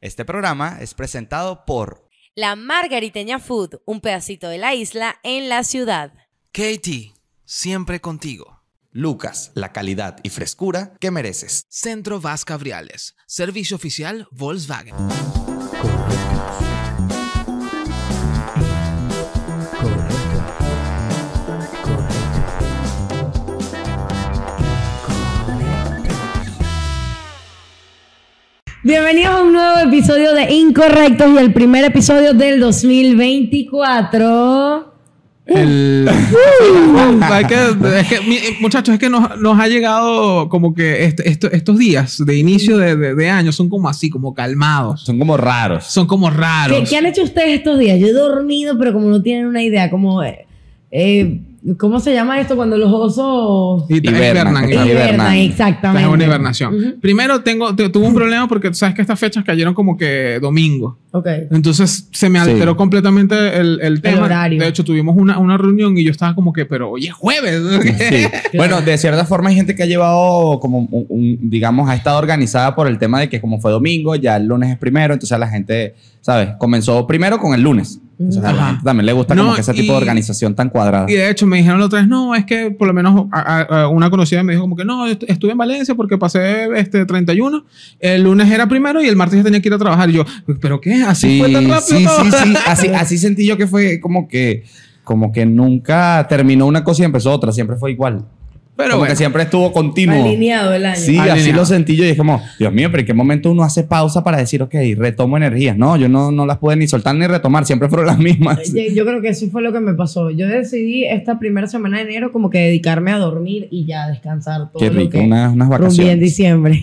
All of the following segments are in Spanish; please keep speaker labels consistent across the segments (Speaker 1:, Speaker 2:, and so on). Speaker 1: Este programa es presentado por
Speaker 2: La Margariteña Food, un pedacito de la isla en la ciudad.
Speaker 3: Katie, siempre contigo.
Speaker 1: Lucas, la calidad y frescura que mereces.
Speaker 3: Centro Vaz Cabriales, servicio oficial Volkswagen.
Speaker 4: Bienvenidos a un nuevo episodio de Incorrectos y el primer episodio del 2024.
Speaker 5: El... Hay que- es que, mi- eh, muchachos, es que nos, nos ha llegado como que est- esto- estos días de inicio de, de- de año son como así, como calmados.
Speaker 6: Son como raros.
Speaker 5: Son como raros.
Speaker 4: ¿Qué, qué han hecho ustedes estos días? Yo he dormido, pero como no tienen una idea, como... eh, eh, ¿Cómo se llama esto cuando los osos...
Speaker 5: Y- hibernan,
Speaker 6: Hibernan,
Speaker 5: hibernan.
Speaker 4: Hibernan, exactamente.
Speaker 5: Es una hibernación.
Speaker 4: Ujú.
Speaker 5: Primero tengo, te- tuve un problema porque tú sabes que estas fechas cayeron como que domingo.
Speaker 4: Ok.
Speaker 5: Entonces se me
Speaker 6: Sí.
Speaker 5: alteró completamente el, el tema.
Speaker 4: horario.
Speaker 5: De hecho, tuvimos una, una reunión y yo estaba como que, pero hoy es jueves.
Speaker 6: Sí. Bueno, de cierta forma hay gente que ha llevado como un, un- digamos, ha estado organizada por el tema de que como fue domingo, ya el lunes es primero, entonces a la gente, ¿sabes? Comenzó primero con el lunes. Entonces a la
Speaker 5: Ajá.
Speaker 6: gente también le gusta
Speaker 5: No,
Speaker 6: como que ese tipo
Speaker 5: y-
Speaker 6: de organización tan cuadrada.
Speaker 5: Y de hecho me dijeron la otra vez, no, es que por lo menos a- a- a una conocida me dijo como que no, est- estuve en Valencia porque pasé este 31, el lunes era primero y el martes ya tenía que ir a trabajar. Y yo, pero ¿qué? Así
Speaker 6: Sí,
Speaker 5: fue tan rápido.
Speaker 6: sí,
Speaker 5: todo?"
Speaker 6: sí, sí. Así, así sentí yo que fue como que, como que nunca terminó una cosa y empezó otra, siempre fue igual.
Speaker 5: Pero
Speaker 6: como
Speaker 5: bueno,
Speaker 6: que siempre estuvo continuo.
Speaker 4: Alineado el año.
Speaker 6: Sí, así
Speaker 5: Alineado.
Speaker 6: lo sentí yo y es como, Dios mío, pero ¿en qué momento uno hace pausa para decir, ok, retomo energías? No, yo no, no las pude ni soltar ni retomar, siempre fueron las mismas.
Speaker 4: Yo, yo creo que eso fue lo que me pasó. Yo decidí esta primera semana de enero como que dedicarme a dormir y ya descansar todo
Speaker 6: Qué
Speaker 4: lo
Speaker 6: rico,
Speaker 4: que
Speaker 6: unas, unas
Speaker 4: rumbí en
Speaker 6: vacaciones.
Speaker 4: diciembre.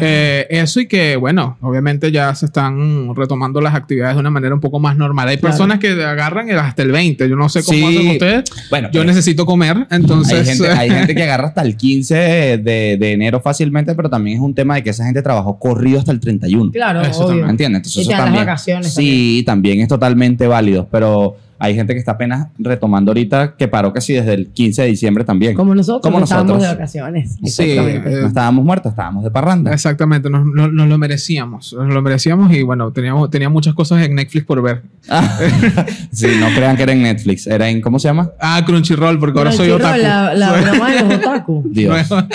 Speaker 5: eh, eso y que bueno, obviamente ya se están retomando las actividades de una manera un poco más normal. Hay
Speaker 4: Claro.
Speaker 5: personas que agarran el- hasta el 20, yo no sé cómo
Speaker 6: Sí.
Speaker 5: hacen ustedes.
Speaker 6: Bueno,
Speaker 5: Yo
Speaker 6: pero
Speaker 5: necesito comer, entonces... eh,
Speaker 6: hay, gente, hay gente que agarra hasta el 15 de, de enero fácilmente, pero también es un tema de que esa gente trabajó corrido hasta el 31.
Speaker 4: Claro,
Speaker 5: Eso
Speaker 4: obvio.
Speaker 5: también.
Speaker 6: ¿Entiendes? Entonces,
Speaker 4: Y
Speaker 6: eso
Speaker 4: te dan las
Speaker 6: también-
Speaker 4: vacaciones
Speaker 6: Sí, también. es totalmente válido, pero hay gente que está apenas retomando ahorita que paró casi desde el 15 de diciembre también.
Speaker 4: Como nosotros,
Speaker 6: Como
Speaker 4: que estábamos de
Speaker 6: nosotros.
Speaker 4: vacaciones.
Speaker 5: Sí,
Speaker 4: Exactamente.
Speaker 5: eh,
Speaker 6: No estábamos muertos, estábamos de parranda.
Speaker 5: Exactamente, nos, nos- nos lo merecíamos, nos lo merecíamos y bueno, teníamos, tenía muchas cosas en Netflix por ver.
Speaker 6: sí, no crean que era en Netflix, era en, ¿cómo se llama?
Speaker 5: Ah, Crunchyroll, porque ahora soy
Speaker 4: Crunchyroll, ah. La,
Speaker 5: otaku.
Speaker 4: la broma de los otaku.
Speaker 6: Dios.
Speaker 5: Bueno,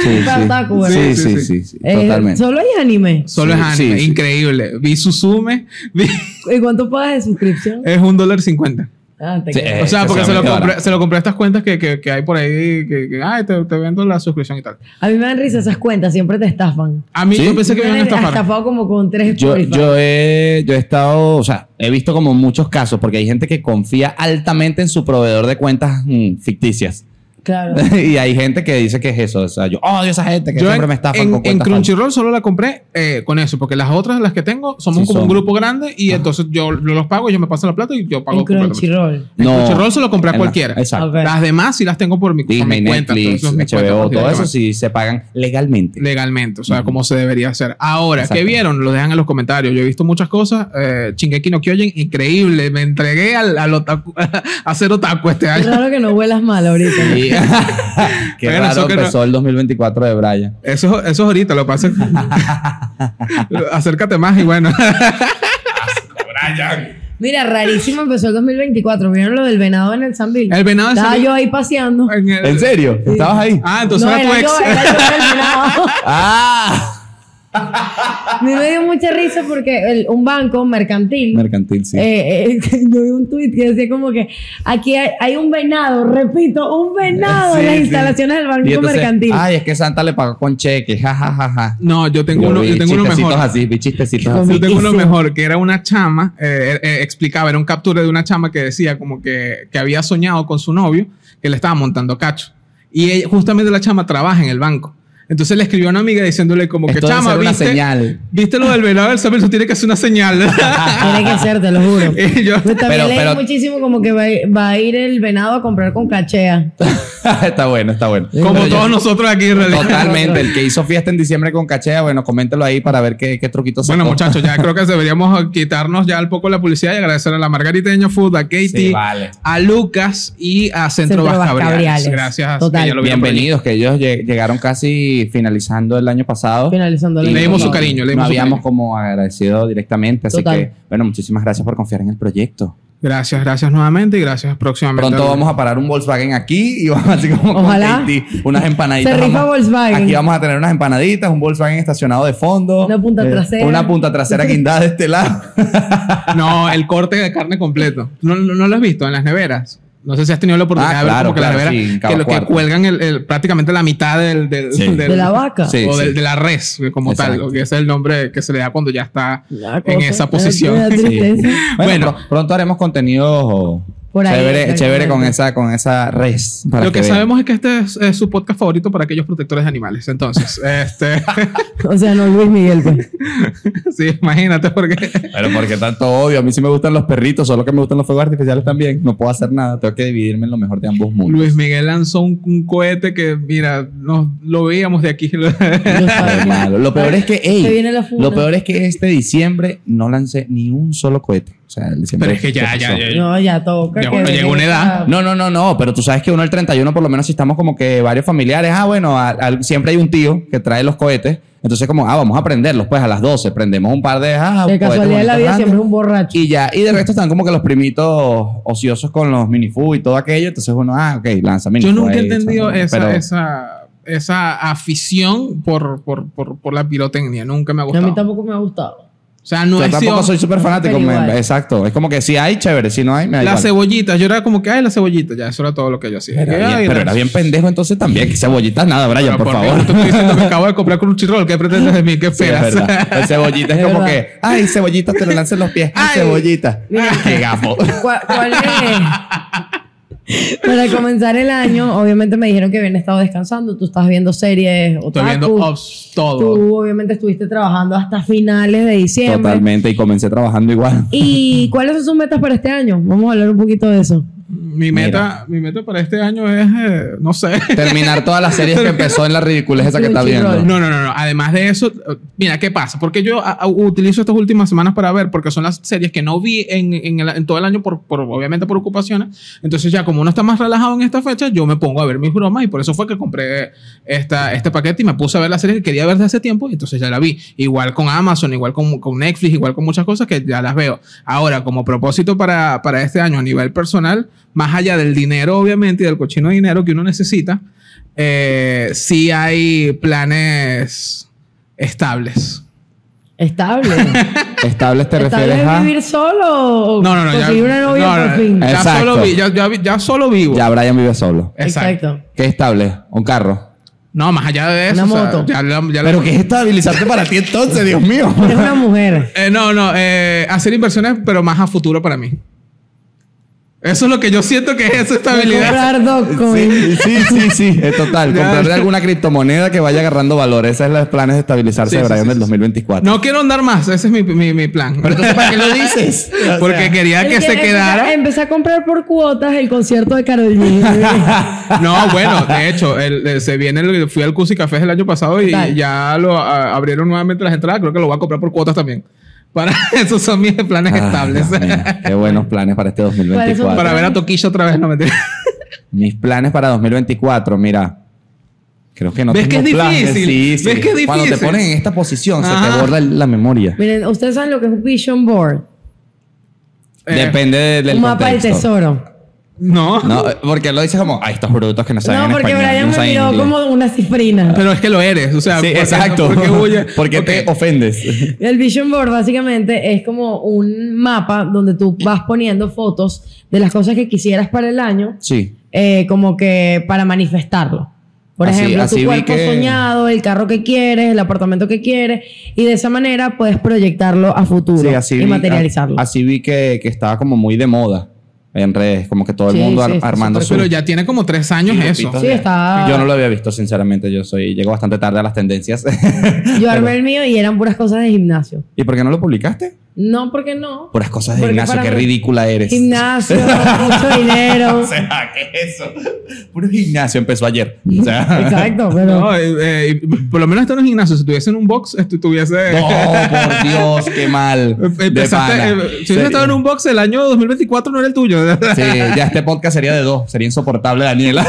Speaker 6: Sí,
Speaker 4: Para otaku, ¿verdad?
Speaker 6: sí, sí,
Speaker 5: Sí,
Speaker 6: sí,
Speaker 5: sí,
Speaker 6: sí, sí,
Speaker 4: Eh,
Speaker 6: totalmente.
Speaker 4: Solo hay anime.
Speaker 5: Solo
Speaker 6: Sí,
Speaker 5: es anime,
Speaker 6: sí, sí.
Speaker 5: increíble. Vi Suzume, vi-
Speaker 4: ¿Y cuánto pagas de suscripción?
Speaker 5: es un dólar cincuenta.
Speaker 4: Ah, te
Speaker 6: Sí,
Speaker 4: creo.
Speaker 6: Eh,
Speaker 5: Eh, O sea, porque se lo,
Speaker 6: especialmente
Speaker 5: compré,
Speaker 6: barato.
Speaker 5: se lo compré a estas cuentas que, que, que hay por ahí, que, que, ay, te, te vendo la suscripción y tal.
Speaker 4: A mí me dan risa esas cuentas, siempre te estafan.
Speaker 5: A mí
Speaker 6: ¿Sí?
Speaker 5: yo pensé que me
Speaker 4: me
Speaker 5: iban a
Speaker 4: han
Speaker 5: estafar.
Speaker 4: estafado como con tres
Speaker 6: Yo,
Speaker 4: Spotify.
Speaker 6: yo, he, yo he estado, o sea, he visto como muchos casos, porque hay gente que confía altamente en su proveedor de cuentas mm, ficticias.
Speaker 4: Claro.
Speaker 6: y hay gente que dice que es eso. O sea, yo odio esa gente que
Speaker 5: Yo
Speaker 6: siempre
Speaker 5: en,
Speaker 6: me estafan
Speaker 5: en-
Speaker 6: con
Speaker 5: en
Speaker 6: cuentas falsas.
Speaker 5: Crunchyroll solo la compré eh, con eso, porque las otras, las que tengo, somos
Speaker 6: Sí,
Speaker 5: como un
Speaker 6: son.
Speaker 5: grupo grande y entonces yo, yo los pago, yo me paso la plata y yo pago
Speaker 4: En
Speaker 5: completamente.
Speaker 4: Crunchyroll.
Speaker 5: En Crunchyroll se lo compré a
Speaker 6: En la-
Speaker 5: cualquiera.
Speaker 6: Exacto.
Speaker 4: Ok.
Speaker 5: Las demás sí las tengo por mi, por
Speaker 6: Disney,
Speaker 5: mi cuenta.
Speaker 6: Netflix,
Speaker 5: entonces, mis cuentas,
Speaker 6: HBO, todo
Speaker 5: directamente.
Speaker 6: eso sí se pagan legalmente.
Speaker 5: legalmente, o sea,
Speaker 6: Ujú.
Speaker 5: como se debería hacer. Ahora, ¿qué
Speaker 6: Exactamente.
Speaker 5: vieron? Lo dejan en los comentarios. Yo he visto muchas cosas. Eh, Shingeki no Kyojin, increíble. Me entregué al, al otaku- a hacer otaku este
Speaker 4: Es
Speaker 5: año.
Speaker 4: raro que no huelas mal ahorita.
Speaker 6: Y- Qué
Speaker 5: Bueno, eso
Speaker 6: raro
Speaker 5: que no-
Speaker 6: empezó el 2024 de Brian.
Speaker 5: Eso, eso es ahorita, lo que pasa es- Acércate más y bueno.
Speaker 4: Mira, rarísimo empezó el 2024. ¿Vieron lo del venado en el Sanville?
Speaker 5: El venado
Speaker 4: Estaba
Speaker 5: salió
Speaker 4: yo ahí paseando.
Speaker 5: en el-
Speaker 6: ¿En serio? ¿Estabas ahí?
Speaker 5: Ah, entonces
Speaker 4: no,
Speaker 5: era tu
Speaker 4: era
Speaker 5: ex.
Speaker 4: yo, era yo el venado.
Speaker 6: ¡Ah!
Speaker 4: A mí me dio mucha risa porque el- un banco mercantil.
Speaker 6: Mercantil, sí.
Speaker 4: Eh, eh, yo vi un tuit que decía como que aquí hay, hay un venado, repito, un venado en
Speaker 6: Sí,
Speaker 4: las
Speaker 6: sí.
Speaker 4: instalaciones del
Speaker 6: Y
Speaker 4: Banco
Speaker 6: entonces,
Speaker 4: Mercantil.
Speaker 6: Ay, es que Santa le pagó con cheque. Ja, ja, ja, ja.
Speaker 5: No, yo tengo uno,
Speaker 6: vi
Speaker 5: yo tengo uno
Speaker 6: chistecitos
Speaker 5: mejor.
Speaker 6: así, vi chistecitos
Speaker 4: Qué
Speaker 6: así.
Speaker 5: Yo tengo uno
Speaker 4: Riquísimo.
Speaker 5: mejor, que era una chama, eh, eh, explicaba, era un captura de una chama que decía como que, que había soñado con su novio, que le estaba montando cacho. Y ella- justamente la chama trabaja en el banco. Entonces le escribió a una amiga diciéndole como que,
Speaker 6: Esto debe
Speaker 5: chama,
Speaker 6: ser una
Speaker 5: ¿viste,
Speaker 6: señal.
Speaker 5: ¿viste lo del velado del sabor? Eso tiene que ser una señal.
Speaker 4: Tiene que ser, te lo juro.
Speaker 5: y yo,
Speaker 4: Yo también
Speaker 6: Eh, Pero-
Speaker 4: leí
Speaker 6: pero-
Speaker 4: muchísimo como que va, a ir- va a ir el venado a comprar con cachea.
Speaker 6: está bueno, está bueno.
Speaker 5: Como
Speaker 6: Pero yo-
Speaker 5: todos nosotros aquí en realidad.
Speaker 6: Totalmente. El que hizo fiesta en diciembre con cachea, bueno, coméntelo ahí para ver qué, qué truquitos
Speaker 5: Bueno, muchachos, ya creo que deberíamos quitarnos ya un poco la publicidad y agradecer a la Margariteño Food, a Katie,
Speaker 6: Sí, vale.
Speaker 5: a Lucas y a Centro,
Speaker 4: Centro
Speaker 5: Vascabriales.
Speaker 4: Vascabriales.
Speaker 5: Gracias.
Speaker 4: Total.
Speaker 5: que ya lo vieron por ahí.
Speaker 6: Bienvenidos, que ellos lleg- llegaron casi finalizando el año pasado.
Speaker 4: Finalizando
Speaker 5: Le
Speaker 4: la-
Speaker 5: dimos su cariño, le dimos
Speaker 6: no
Speaker 5: su
Speaker 6: habíamos
Speaker 5: cariño.
Speaker 6: como agradecido directamente, así
Speaker 4: Total.
Speaker 6: que bueno, muchísimas gracias por confiar en el proyecto.
Speaker 5: Gracias, gracias nuevamente y gracias próximamente.
Speaker 6: Pronto vamos a parar un Volkswagen aquí y vamos así como con
Speaker 4: Ojalá.
Speaker 6: Katie, unas empanaditas.
Speaker 4: Se rifa
Speaker 6: vamos-
Speaker 4: Volkswagen.
Speaker 6: Aquí vamos a tener unas empanaditas, un Volkswagen estacionado de fondo. Eh,
Speaker 4: Una punta trasera.
Speaker 6: Una punta trasera guindada de este lado.
Speaker 5: No, el corte de carne completo. No, no, no lo has visto en las neveras. No sé si has tenido la oportunidad
Speaker 6: Ah,
Speaker 5: de ver
Speaker 6: claro,
Speaker 5: como que
Speaker 6: claro,
Speaker 5: las neveras
Speaker 6: sí, en cada
Speaker 5: que, lo que
Speaker 6: cuarto.
Speaker 5: cuelgan el, el- prácticamente la mitad del, del-
Speaker 6: Sí.
Speaker 5: del-
Speaker 4: de la vaca.
Speaker 6: Sí.
Speaker 5: o del- de la res eh, como tal,
Speaker 6: Exacto.
Speaker 5: o que es el nombre que se le da cuando ya está
Speaker 4: La
Speaker 5: en
Speaker 4: cosa,
Speaker 5: esa
Speaker 4: la-
Speaker 5: posición.
Speaker 4: la tristeza.
Speaker 6: Bueno,
Speaker 5: Bueno.
Speaker 6: pro- pronto haremos contenido
Speaker 4: Por ahí,
Speaker 6: chévere,
Speaker 4: exactamente.
Speaker 6: chévere con esa con esa res. para
Speaker 5: Lo que,
Speaker 6: vean.
Speaker 5: sabemos es que este es, es su podcast favorito para aquellos protectores de animales. Entonces, este,
Speaker 4: O sea, no Luis Miguel, pues.
Speaker 5: sí, imagínate porque
Speaker 6: Pero porque tanto obvio, a mí sí me gustan los perritos, solo que me gustan los fuegos artificiales también. No puedo hacer nada, tengo que dividirme en lo mejor de ambos mundos.
Speaker 5: Luis Miguel lanzó un, un cohete que, mira, nos lo veíamos de aquí.
Speaker 4: Yo
Speaker 6: Ay,
Speaker 4: sabía.
Speaker 6: malo. Lo peor es que, ey,
Speaker 4: Se viene la funa.
Speaker 6: lo peor es que este diciembre no lancé ni un solo cohete. O sea, el diciembre.
Speaker 5: Pero es que ya,
Speaker 6: ¿qué
Speaker 5: ya,
Speaker 6: pasó?
Speaker 5: ya, ya.
Speaker 4: No, ya toca.
Speaker 5: Ya
Speaker 4: que
Speaker 5: cuando llega una edad.
Speaker 6: No, no, no, no, pero tú sabes que uno el 31 por lo menos si estamos como que varios familiares, ah, bueno, a- a- siempre hay un tío que trae los cohetes, entonces como, ah, vamos a prenderlos, pues a las 12 prendemos un par de, ah,
Speaker 4: De
Speaker 6: cohetes
Speaker 4: casualidad de la
Speaker 6: bonitos
Speaker 4: vida
Speaker 6: grandes.
Speaker 4: siempre es un borracho.
Speaker 6: Y ya, y de resto están como que los primitos ociosos con los minifú y todo aquello. Entonces uno, ah, ok, lanza minifú.
Speaker 5: Yo nunca he
Speaker 6: ahí,
Speaker 5: entendido
Speaker 6: chamo,
Speaker 5: esa,
Speaker 6: pero-
Speaker 5: esa, esa afición por, por, por, por la pirotecnia. Nunca me ha
Speaker 4: A mí
Speaker 5: gustado.
Speaker 4: tampoco me ha gustado.
Speaker 5: O sea, no
Speaker 6: Yo
Speaker 5: he
Speaker 6: tampoco
Speaker 5: sido...
Speaker 6: soy súper fanático.
Speaker 4: Pero
Speaker 6: me-
Speaker 4: igual.
Speaker 6: exacto. Es como que si hay, chévere. Si no hay, me da
Speaker 5: La
Speaker 6: igual.
Speaker 5: cebollita. Yo era como que, ay, la cebollita. Ya, eso era todo lo que yo hacía.
Speaker 6: Era
Speaker 5: Ay,
Speaker 6: bien-
Speaker 5: la-
Speaker 6: pero era bien pendejo entonces también. Que cebollitas nada, Brian,
Speaker 5: Pero
Speaker 6: por,
Speaker 5: qué
Speaker 6: favor.
Speaker 5: tú me dices que me acabo de comprar con un chirrol. ¿Qué pretendes de mí? ¿Qué
Speaker 6: Sí, es
Speaker 5: esperas?
Speaker 6: verdad. El cebollita es
Speaker 4: Es
Speaker 6: como
Speaker 4: verdad.
Speaker 6: que, ay, cebollita, te lo lanzan los pies. Ay,
Speaker 5: Ay.
Speaker 6: cebollita. Qué gafo.
Speaker 4: ¿Cuál, cuál es? Para comenzar el año, obviamente me dijeron que habían estado descansando. Tú estás viendo series o
Speaker 5: Estoy viendo obs- todo.
Speaker 4: Tú obviamente estuviste trabajando hasta finales de diciembre.
Speaker 6: Totalmente. Y comencé trabajando igual.
Speaker 4: ¿Y cuáles son sus metas para este año? Vamos a hablar un poquito de eso.
Speaker 5: Mi meta, mi meta para este año es, eh, no sé.
Speaker 6: Terminar todas las series que empezó en la ridiculez esa que está viendo.
Speaker 5: No, no, no, no. Además de eso, eh, mira, ¿qué pasa? Porque yo a- a- utilizo estas últimas semanas para ver, porque son las series que no vi en, en el- en todo el año, por, por- obviamente por ocupaciones. Entonces ya como uno está más relajado en esta fecha, yo me pongo a ver mis bromas y por eso fue que compré esta, este paquete y me puse a ver la serie que quería ver desde hace tiempo y entonces ya la vi. Igual con Amazon, igual con, con Netflix, igual con muchas cosas que ya las veo. Ahora, como propósito para, para este año a nivel personal, más allá del dinero, obviamente, y del cochino dinero que uno necesita, eh, sí hay planes estables.
Speaker 4: Estable.
Speaker 6: Estables te
Speaker 4: ¿Estable
Speaker 6: refieres
Speaker 4: es
Speaker 6: a.
Speaker 4: vivir solo o
Speaker 5: No, no, no.
Speaker 4: conseguir una novia
Speaker 5: no, eh, no,
Speaker 4: por fin?
Speaker 5: Ya
Speaker 6: Exacto.
Speaker 5: solo, vi- ya- ya vi- ya solo vivo.
Speaker 6: Ya Brian vive solo.
Speaker 5: Exacto.
Speaker 4: Exacto.
Speaker 6: ¿Qué estable? ¿Un carro?
Speaker 5: No, más allá de eso.
Speaker 4: Una
Speaker 5: o sea,
Speaker 4: moto.
Speaker 5: ya la- ya la-
Speaker 6: Pero que es estabilizarte para ti entonces, Dios mío.
Speaker 4: Es una mujer.
Speaker 5: Eh, no, no. eh, hacer inversiones, pero más a futuro para mí. Eso es lo que yo siento que es esa estabilidad.
Speaker 4: Comprar
Speaker 6: Sí,
Speaker 4: Dogecoin.
Speaker 6: sí, sí, sí. Es total.
Speaker 5: Ya.
Speaker 6: Comprarle alguna criptomoneda que vaya agarrando valor. Esa es los planes de estabilizarse
Speaker 5: Sí,
Speaker 6: de
Speaker 5: sí,
Speaker 6: Brian
Speaker 5: sí,
Speaker 6: del
Speaker 5: sí.
Speaker 6: 2024.
Speaker 5: No quiero andar más. Ese es mi, mi- mi plan.
Speaker 6: ¿para qué lo dices?
Speaker 5: Porque quería
Speaker 4: Él
Speaker 5: que se
Speaker 4: quiere empezar-
Speaker 5: quedara.
Speaker 4: Empezar a comprar por cuotas el concierto de Karol G.
Speaker 5: No, bueno, de hecho, el- eh, se viene, el- fui al Cusi Cafés el año pasado y
Speaker 4: ¿Qué tal?
Speaker 5: ya lo a- abrieron nuevamente las entradas. Creo que lo voy a comprar por cuotas también. Para esos son mis planes
Speaker 6: Ah,
Speaker 5: estables.
Speaker 6: Qué buenos planes para este
Speaker 4: ¿Cuáles son?
Speaker 6: 2024.
Speaker 5: Para ver a Toquilla otra vez, no mentira.
Speaker 6: Mis planes para 2024, mira. Creo que no
Speaker 5: ¿Ves
Speaker 6: tengo
Speaker 5: que es
Speaker 6: planes.
Speaker 5: difícil?
Speaker 6: Sí, sí.
Speaker 5: ¿Ves que es
Speaker 6: Cuando te
Speaker 5: difícil?
Speaker 6: ponen en esta posición, se
Speaker 5: Ajá.
Speaker 6: te borra la memoria.
Speaker 4: Miren, ustedes saben lo que es un vision board.
Speaker 5: Eh,
Speaker 6: Depende del
Speaker 4: un mapa del
Speaker 6: contexto.
Speaker 4: tesoro.
Speaker 5: No.
Speaker 6: No, eh, porque lo dices como, ay, estos brutos que no saben
Speaker 4: No, porque
Speaker 6: español,
Speaker 4: Brian
Speaker 6: no
Speaker 4: me
Speaker 6: saben
Speaker 4: miró
Speaker 6: inglés".
Speaker 4: como una cifrina.
Speaker 5: Pero es que lo eres, o sea,
Speaker 6: Sí,
Speaker 5: porque-
Speaker 6: exacto.
Speaker 5: Porque huye.
Speaker 6: Porque
Speaker 5: Ok.
Speaker 6: te ofendes.
Speaker 4: El vision board básicamente es como un mapa donde tú vas poniendo fotos de las cosas que quisieras para el año,
Speaker 6: Sí.
Speaker 4: eh, como que para manifestarlo. Por
Speaker 6: Así-
Speaker 4: ejemplo,
Speaker 6: así vi
Speaker 4: tu cuerpo
Speaker 6: que-
Speaker 4: soñado, el carro que quieres, el apartamento que quieres, y de esa manera puedes proyectarlo a futuro
Speaker 6: Sí, así
Speaker 4: y
Speaker 6: vi,
Speaker 4: materializarlo.
Speaker 6: a- así vi que, que estaba como muy de moda en redes, como que todo el
Speaker 4: Sí,
Speaker 6: mundo
Speaker 4: sí,
Speaker 6: ar-
Speaker 4: está
Speaker 6: armando su...
Speaker 5: Pero ya tiene como tres años eso.
Speaker 4: Sí, está.
Speaker 6: Yo no lo había visto, sinceramente. Yo soy llego bastante tarde a las tendencias.
Speaker 4: Yo armé el mío y eran puras cosas de gimnasio.
Speaker 6: ¿Y por qué no lo publicaste?
Speaker 4: No, porque no.
Speaker 6: Puras cosas de
Speaker 4: Porque
Speaker 6: gimnasio,
Speaker 4: para
Speaker 6: qué
Speaker 4: mí-
Speaker 6: ridícula eres.
Speaker 4: Gimnasio, mucho dinero.
Speaker 6: O sea, ¿qué es eso? Puro gimnasio empezó ayer.
Speaker 4: Mm.
Speaker 6: O sea,
Speaker 4: Exacto, pero.
Speaker 5: No, eh, eh, por lo menos esto no es gimnasio. Si estuviese en un box, estuviese.
Speaker 6: no, oh, por Dios, qué mal. De pana.
Speaker 5: Empezaste, eh, si hubiese estado en un box, el año 2024 no era el tuyo.
Speaker 6: Sí, ya este podcast sería de dos. Sería insoportable, Daniela.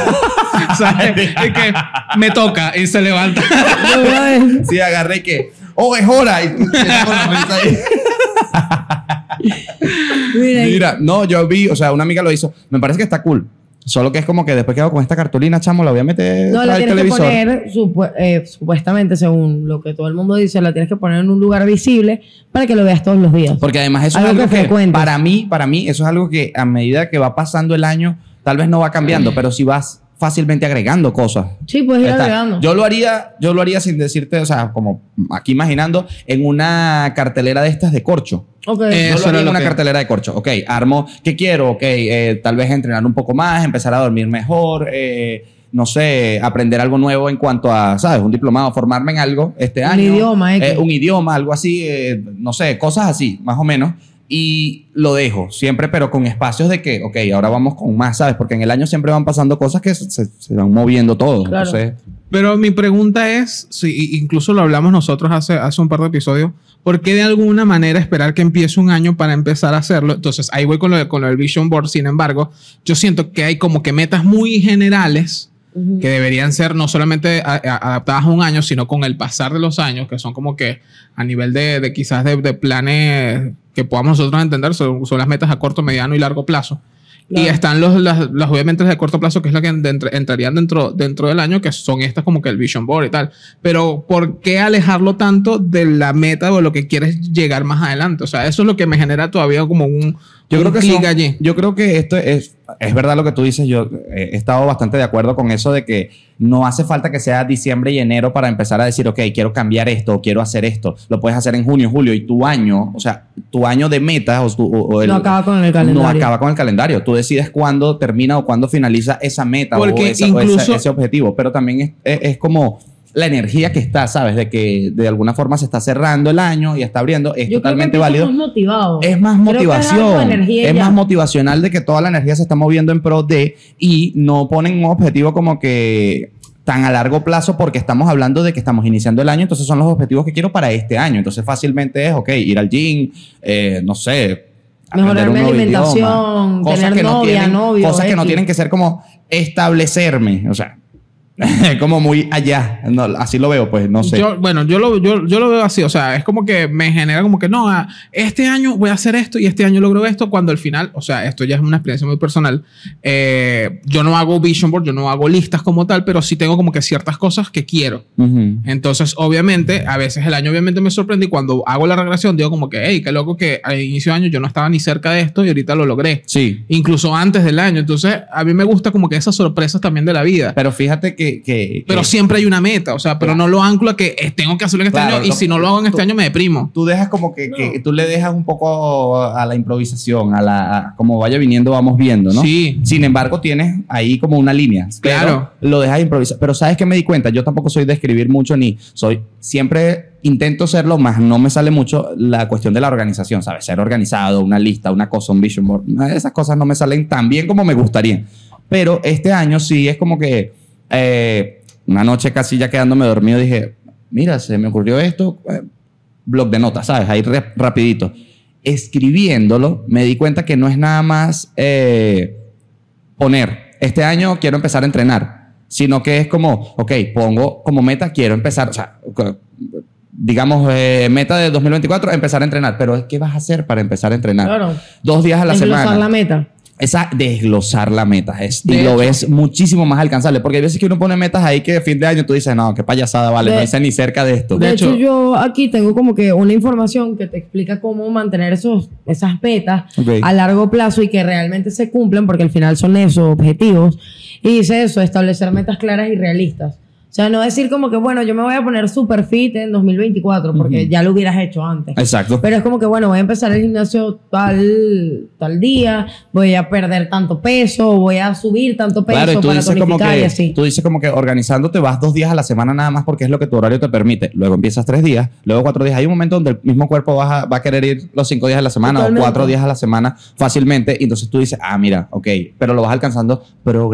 Speaker 5: O sea, es que me toca y se levanta.
Speaker 4: yo, brother,
Speaker 6: Sí, agarré y que. ¡Oh, es hora! Y tú- te saco la risa ahí.
Speaker 4: mira, y-
Speaker 6: Mira, no, yo vi, o sea, una amiga lo hizo. Me parece que está cool. Solo que es como que después quedo con esta cartulina, chamo, la voy a meter
Speaker 4: No,
Speaker 6: al
Speaker 4: la tienes
Speaker 6: televisor.
Speaker 4: que poner, supu- eh, supuestamente, según lo que todo el mundo dice, la tienes que poner en un lugar visible para que lo veas todos los días.
Speaker 6: Porque además eso
Speaker 4: Algo
Speaker 6: es algo
Speaker 4: que
Speaker 6: que,
Speaker 4: frecuentes.
Speaker 6: para mí, para mí, eso es algo que a medida que va pasando el año, tal vez no va cambiando, pero si vas fácilmente agregando cosas.
Speaker 4: Sí, puedes ir
Speaker 6: Está.
Speaker 4: agregando.
Speaker 6: Yo lo haría, yo lo haría sin decirte, o sea, como aquí imaginando, en una cartelera de estas de corcho.
Speaker 4: Ok.
Speaker 5: Eh,
Speaker 6: Yo
Speaker 5: Eso
Speaker 6: lo haría
Speaker 5: era
Speaker 6: en
Speaker 5: lo
Speaker 6: una
Speaker 5: que-
Speaker 6: cartelera de corcho. Ok, armo, ¿qué quiero? Ok, eh, tal vez entrenar un poco más, empezar a dormir mejor, eh, no sé, aprender algo nuevo en cuanto a, ¿sabes? Un diplomado, formarme en algo este
Speaker 4: Un
Speaker 6: año.
Speaker 4: idioma, ¿eh?
Speaker 6: Eh, un idioma, algo así, eh, no sé, cosas así, más o menos. Y lo dejo siempre, pero con espacios de que, ok, ahora vamos con más, ¿sabes? Porque en el año siempre van pasando cosas que se, se- se van moviendo todo.
Speaker 4: Claro.
Speaker 6: Entonces,
Speaker 5: Pero mi pregunta es, si i- incluso lo hablamos nosotros hace, hace un par de episodios, ¿por qué de alguna manera esperar que empiece un año para empezar a hacerlo? Entonces, ahí voy con lo, de- con lo del Vision Board, sin embargo, yo siento que hay como que metas muy generales
Speaker 4: Ujú.
Speaker 5: que deberían ser no solamente a- a- adaptadas a un año, sino con el pasar de los años, que son como que a nivel de, de quizás de, de planes que podamos nosotros entender, son, son las metas a corto, mediano y largo plazo. Y
Speaker 4: Claro.
Speaker 5: están los, las, las obviamente las de corto plazo, que es la que dentro- entrarían dentro, dentro del año, que son estas como que el vision board y tal. Pero ¿por qué alejarlo tanto de la meta o de lo que quieres llegar más adelante? O sea, eso es lo que me genera todavía como un...
Speaker 6: Yo
Speaker 5: un
Speaker 6: creo que
Speaker 5: clic
Speaker 6: son-
Speaker 5: allí.
Speaker 6: Yo creo que esto es, es verdad lo que tú dices. Yo eh, he estado bastante de acuerdo con eso de que no hace falta que sea diciembre y enero para empezar a decir, ok, quiero cambiar esto, o quiero hacer esto. Lo puedes hacer en junio, julio y tu año, o sea, tu año de metas o, tu- o- o el-
Speaker 4: no acaba con el calendario.
Speaker 6: no acaba con el calendario. Tú decides cuándo termina o cuándo finaliza esa meta o,
Speaker 5: Porque
Speaker 6: esa- o esa-
Speaker 5: incluso-
Speaker 6: ese objetivo. Pero también es, es- es como la energía que está, ¿sabes? De que de alguna forma se está cerrando el año y está abriendo. Es
Speaker 4: Yo creo que
Speaker 6: totalmente
Speaker 4: empiezas
Speaker 6: válido.
Speaker 4: más motivado.
Speaker 6: Es más
Speaker 4: Creo que es algo de
Speaker 6: motivación.
Speaker 4: energía y
Speaker 6: Es
Speaker 4: ya.
Speaker 6: más motivacional de que toda la energía se está moviendo en pro de y no ponen un objetivo como que tan a largo plazo porque estamos hablando de que estamos iniciando el año, entonces son los objetivos que quiero para este año. Entonces fácilmente es, ok, ir al gym, eh, no sé. aprender
Speaker 4: Mejorar
Speaker 6: un
Speaker 4: mi
Speaker 6: nuevo
Speaker 4: alimentación,
Speaker 6: idioma, cosas
Speaker 4: tener
Speaker 6: que no
Speaker 4: novia,
Speaker 6: tienen-
Speaker 4: novio,
Speaker 6: Cosas que no
Speaker 4: X.
Speaker 6: tienen que ser como establecerme, o sea, como muy allá. No, así lo veo, pues, no sé.
Speaker 5: Yo, bueno, yo lo, yo, yo lo veo así, o sea, es como que me genera como que no, ah, este año voy a hacer esto y este año logro esto, cuando al final, o sea, esto ya es una experiencia muy personal. eh, yo no hago vision board, yo no hago listas como tal, pero sí tengo como que ciertas cosas que quiero.
Speaker 6: Ujú.
Speaker 5: Entonces, obviamente, a veces el año obviamente me sorprende y cuando hago la regresión digo como que, hey, qué loco que al inicio de año yo no estaba ni cerca de esto y ahorita lo logré.
Speaker 6: Sí,
Speaker 5: Incluso antes del año. Entonces, a mí me gusta como que esas sorpresas también de la vida.
Speaker 6: pero fíjate que... que
Speaker 5: Pero
Speaker 6: que-
Speaker 5: siempre hay una meta, o sea, pero no lo anclo a que eh, tengo que hacerlo en este
Speaker 6: Claro,
Speaker 5: año y
Speaker 6: no,
Speaker 5: si no lo hago en este
Speaker 6: tú-
Speaker 5: año me deprimo.
Speaker 6: tú dejas como que, que tú le dejas un poco a la improvisación, a la a como vaya viniendo vamos viendo, ¿no?
Speaker 5: Sí.
Speaker 6: Sin embargo, tienes ahí como una línea. pero
Speaker 5: Claro.
Speaker 6: Lo dejas improvisar. Pero sabes que me di cuenta, yo tampoco soy de escribir mucho ni soy siempre intento serlo, más no me sale mucho la cuestión de la organización, ¿sabes? Ser organizado, una lista, una cosa, un vision board, nada de esas cosas no me salen tan bien como me gustaría. Pero este año sí es como que eh, una noche casi ya quedándome dormido dije, mira, se me ocurrió esto, eh, blog de notas, ¿sabes? Ahí re- rapidito. Escribiéndolo, me di cuenta que no es nada más eh, poner, este año quiero empezar a entrenar, sino que es como, ok, pongo como meta, quiero empezar, o sea, co- digamos, eh, meta de 2024, empezar a entrenar, pero ¿qué vas a hacer para empezar a entrenar?
Speaker 4: Claro.
Speaker 6: Dos días a la
Speaker 4: Desglosar
Speaker 6: semana.
Speaker 4: la meta.
Speaker 6: Esa desglosar la meta es, y
Speaker 5: De
Speaker 6: lo
Speaker 5: hecho.
Speaker 6: ves muchísimo más alcanzable, porque hay veces que uno pone metas ahí que de fin de año tú dices, no, qué payasada, vale,
Speaker 4: De-
Speaker 6: no hice ni cerca de esto.
Speaker 4: De, hecho, yo aquí tengo como que una información que te explica cómo mantener esos, esas metas
Speaker 6: Ok.
Speaker 4: a largo plazo y que realmente se cumplan, porque al final son esos objetivos. Y dice eso, establecer metas claras y realistas. O sea, no decir como que, bueno, yo me voy a poner super fit en 2024, porque
Speaker 6: Ujú.
Speaker 4: ya lo hubieras hecho antes.
Speaker 6: Exacto.
Speaker 4: Pero es como que, bueno, voy a empezar el gimnasio tal, tal día, voy a perder tanto peso, voy a subir tanto peso
Speaker 6: Claro, y tú
Speaker 4: para
Speaker 6: dices, como
Speaker 4: tonificar y
Speaker 6: que,
Speaker 4: así.
Speaker 6: tú dices como que organizándote vas dos días a la semana nada más porque es lo que tu horario te permite. Luego empiezas tres días, luego cuatro días. Hay un momento donde el mismo cuerpo vas a- va a querer ir los cinco días a la semana
Speaker 4: Totalmente.
Speaker 6: o cuatro días a la semana fácilmente. Y entonces tú dices, ah, mira, ok, pero lo vas alcanzando